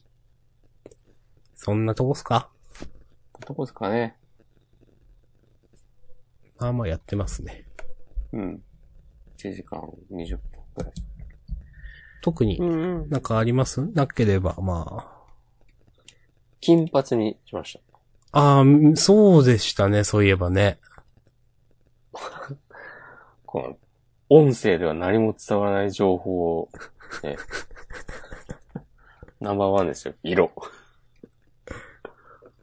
Speaker 1: そんなとこっすか
Speaker 2: どこですかね。
Speaker 1: まあまあやってますね。
Speaker 2: うん。1時間20分くらい。
Speaker 1: 特に、
Speaker 2: んうん。
Speaker 1: なんかありますなければ、ま
Speaker 2: 金髪にしまし
Speaker 1: あ。ああ、そうでしたね、そういえばね。
Speaker 2: た。この、音声では何も伝わらない情報を、ね。 [laughs] ナンバーワンですよ。色。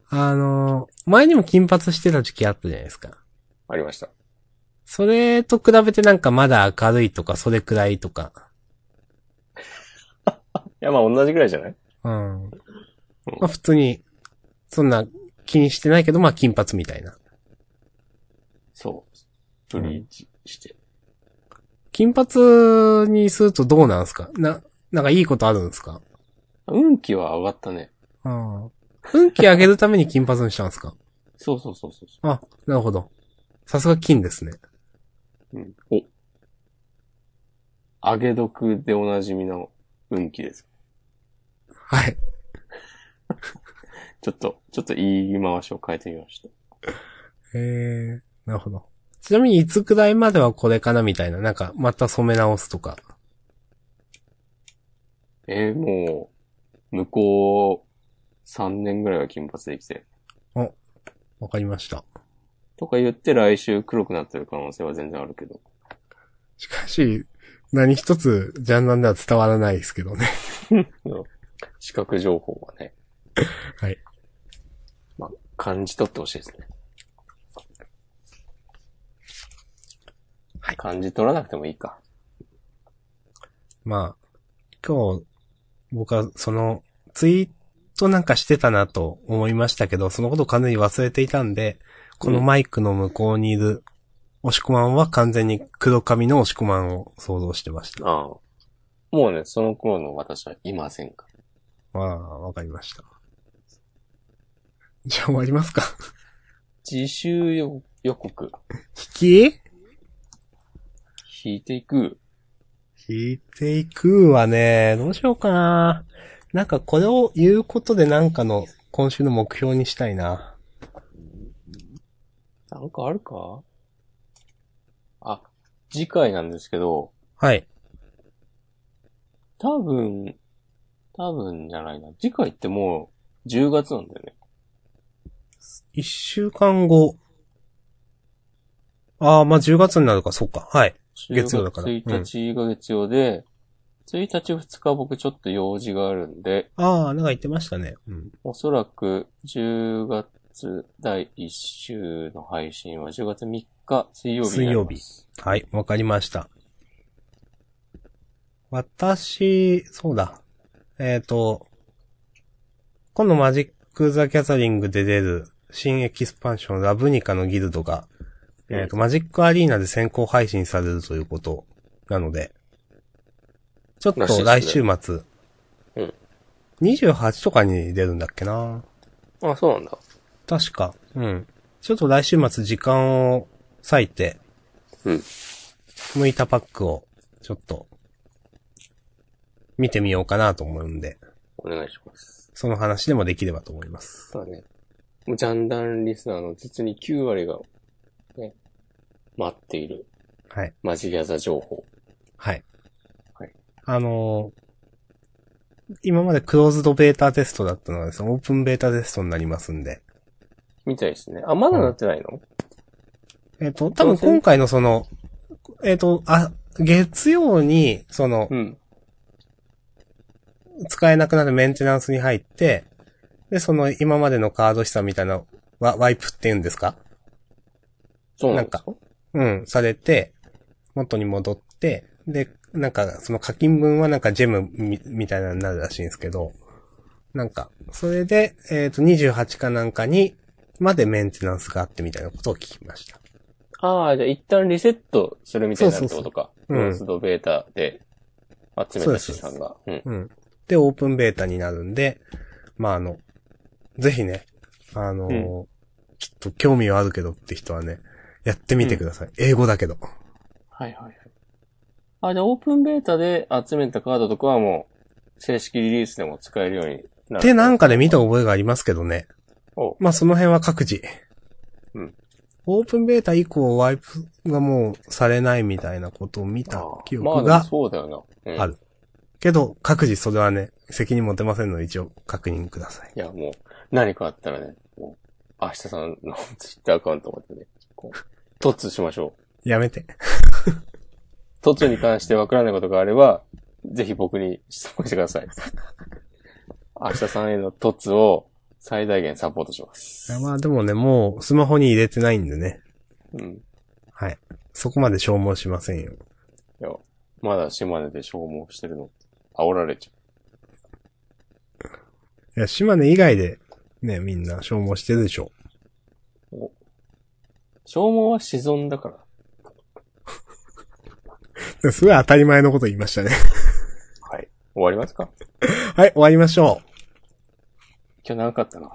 Speaker 1: あのー、前にも金髪してた時期あったじゃないですか。
Speaker 2: ありました。
Speaker 1: それと比べてなんかまだ明るいとか、それくらいとか。
Speaker 2: いや、まあ同じくらいじゃない
Speaker 1: うん。まあ普通に、そんな、気にしてないけど、まあ金髪みたいな。
Speaker 2: そう。ブリーチして。
Speaker 1: 金髪にするとどうなんすかな、なんかいいことあるんですか
Speaker 2: 運気は上がったね。
Speaker 1: うん。運気上げるために金髪にしたんですか
Speaker 2: そうそうそうそうそ
Speaker 1: あ、なるほど。さすが金ですね。
Speaker 2: う。うん。お。揚げ毒でおなじみの運気です。
Speaker 1: はい。
Speaker 2: ちょっと、ちょっと言い回しを変えてみました。
Speaker 1: へえ、なるほど。ちなみにいつくらいまではこれかなみたいな、なんかまた染め直すとか。
Speaker 2: えーもう、向こう3年ぐらいは金髪できて。
Speaker 1: わかりました。
Speaker 2: とか言って来週黒くなってる可能性は全然あるけど。
Speaker 1: しかし、何一つジャンナンでは伝わらないですけどね。
Speaker 2: 視覚情報はね。
Speaker 1: [laughs] はい。
Speaker 2: まあ、感じ取ってほしいですね。
Speaker 1: はい
Speaker 2: 感じ取らなくてもいいか。
Speaker 1: まあ、今日、僕はその、ツイートなんかしてたなと思いましたけど、そのことを完全に忘れていたんで、このマイクの向こうにいる、押し込まんは完全に黒髪の押し込まんを想像してました。
Speaker 2: ああ。もうね、その頃の私はいませんか
Speaker 1: ああ、わかりました。じゃあ終わりますか。
Speaker 2: ら。自習予告、
Speaker 1: 引き
Speaker 2: 引いていく。
Speaker 1: 引いていくわね。どうしようかな。なんかこれを言うことでなんかの今週の目標にしたいな。
Speaker 2: なんかあるかあ、次回なんですけど、
Speaker 1: はい。
Speaker 2: 多分、多分じゃないな。次回ってもう10月なんだよね。
Speaker 1: 一週間後。ああ、まあ、10月になるか、そっか。はい。月曜だから
Speaker 2: 10月1日が月曜で、1日2日僕ちょっと用事があるんで、
Speaker 1: ああ、なんか言ってましたね。うん。
Speaker 2: おそらく10月第1週の配信は10月3日水曜日になります。
Speaker 1: はい、わかりました。私、そうだ。えっ、と、今度マジック・ザ・ギャザリングで出る新エキスパンションラブニカのギルドが、えっ、と、マジックアリーナで先行配信されるということなので、ちょっ
Speaker 2: らしい
Speaker 1: と来
Speaker 2: です
Speaker 1: 週末、
Speaker 2: うん
Speaker 1: 28とかに出るんだっけな
Speaker 2: あ、そうなんだ。
Speaker 1: 確か。うん。ちょっと来週末時間を割いて、
Speaker 2: うん。
Speaker 1: 向いたパックを、ちょっと、見てみようかなと思うんで、
Speaker 2: お願いします。
Speaker 1: その話でもできればと思います。
Speaker 2: そうだね。もうジャンダンリスナーの実に9割が、ね、待っている
Speaker 1: はい。
Speaker 2: マジギャザ情報。
Speaker 1: はい。
Speaker 2: はい
Speaker 1: あのー今までクローズドベータテストだったのがですね、オープンベータテストになりますんで。
Speaker 2: みたいですね。あ、まだなってないの、
Speaker 1: えっ、と、多分今回のその、えっ、と、あ、月曜に、その、
Speaker 2: ん。
Speaker 1: 使えなくなるメンテナンスに入って、で、その今までのカード資産みたいなワワイプって言うんですか
Speaker 2: そうなんですか
Speaker 1: うん、されて、元に戻って、で、なんか、その課金分はなんかジェムみみたいなのになるらしいんですけど、なんか、それで、えっ、と、28かなんかに、までメンテナンスがあってみたいなことを聞きました。
Speaker 2: ああ、じゃあ一旦リセットするみたいになるってことか。
Speaker 1: そうそうそうう
Speaker 2: ロ
Speaker 1: ん
Speaker 2: ースドベータで集めた資産が。うん。
Speaker 1: うん。で、オープンベータになるんで、まあ、あの、ぜひね、あのー
Speaker 2: うん
Speaker 1: ちょっと興味はあるけどって人はね、やってみてください。英語だけど。
Speaker 2: はいはいはい。あ、じゃあオープンベータで集めたカードとかはもう、正式リリースでも使えるようになる。
Speaker 1: で、なんかで見た覚えがありますけどね。
Speaker 2: お
Speaker 1: まあ、その辺は各自。
Speaker 2: うん
Speaker 1: オープンベータ以降ワイプがもうされないみたいなことを見た記
Speaker 2: まあ
Speaker 1: 憶
Speaker 2: でも
Speaker 1: が
Speaker 2: そうだよな。うん
Speaker 1: ある。けど、各自それはね、責任持てませんので一応確認ください。
Speaker 2: いや、もう、何かあったらね、もう、明日さんの [laughs] ツイッターアカウントまでね、こう、突しましょう。
Speaker 1: やめて。
Speaker 2: 突に関してわからないことがあれば、ぜひ僕に質問してください。明日さんへの突を最大限サポートします。
Speaker 1: まあでもね、もうスマホに入れてないんでね。
Speaker 2: うん。
Speaker 1: はい。そこまで消耗しませんよ。
Speaker 2: いや、まだ島根で消耗してるの。煽られちゃ
Speaker 1: いや、島根以外でね、みんな消耗してるでしょ。 [laughs]
Speaker 2: 消耗は自存だから。
Speaker 1: すごい当たり前のこと言いましたね。 [laughs]
Speaker 2: はい。終わりますか
Speaker 1: はい、終わりましょう。
Speaker 2: 今日長かったな。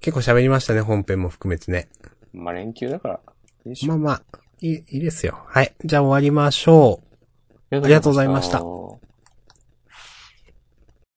Speaker 1: 結構喋りましたね、本編も含めてね。
Speaker 2: まあ、連休だから。よいしょ
Speaker 1: まあまあ、いい、いいですよ。はい。じゃあ終わりましょう。
Speaker 2: あ
Speaker 1: りがとうございました
Speaker 2: りがとうございました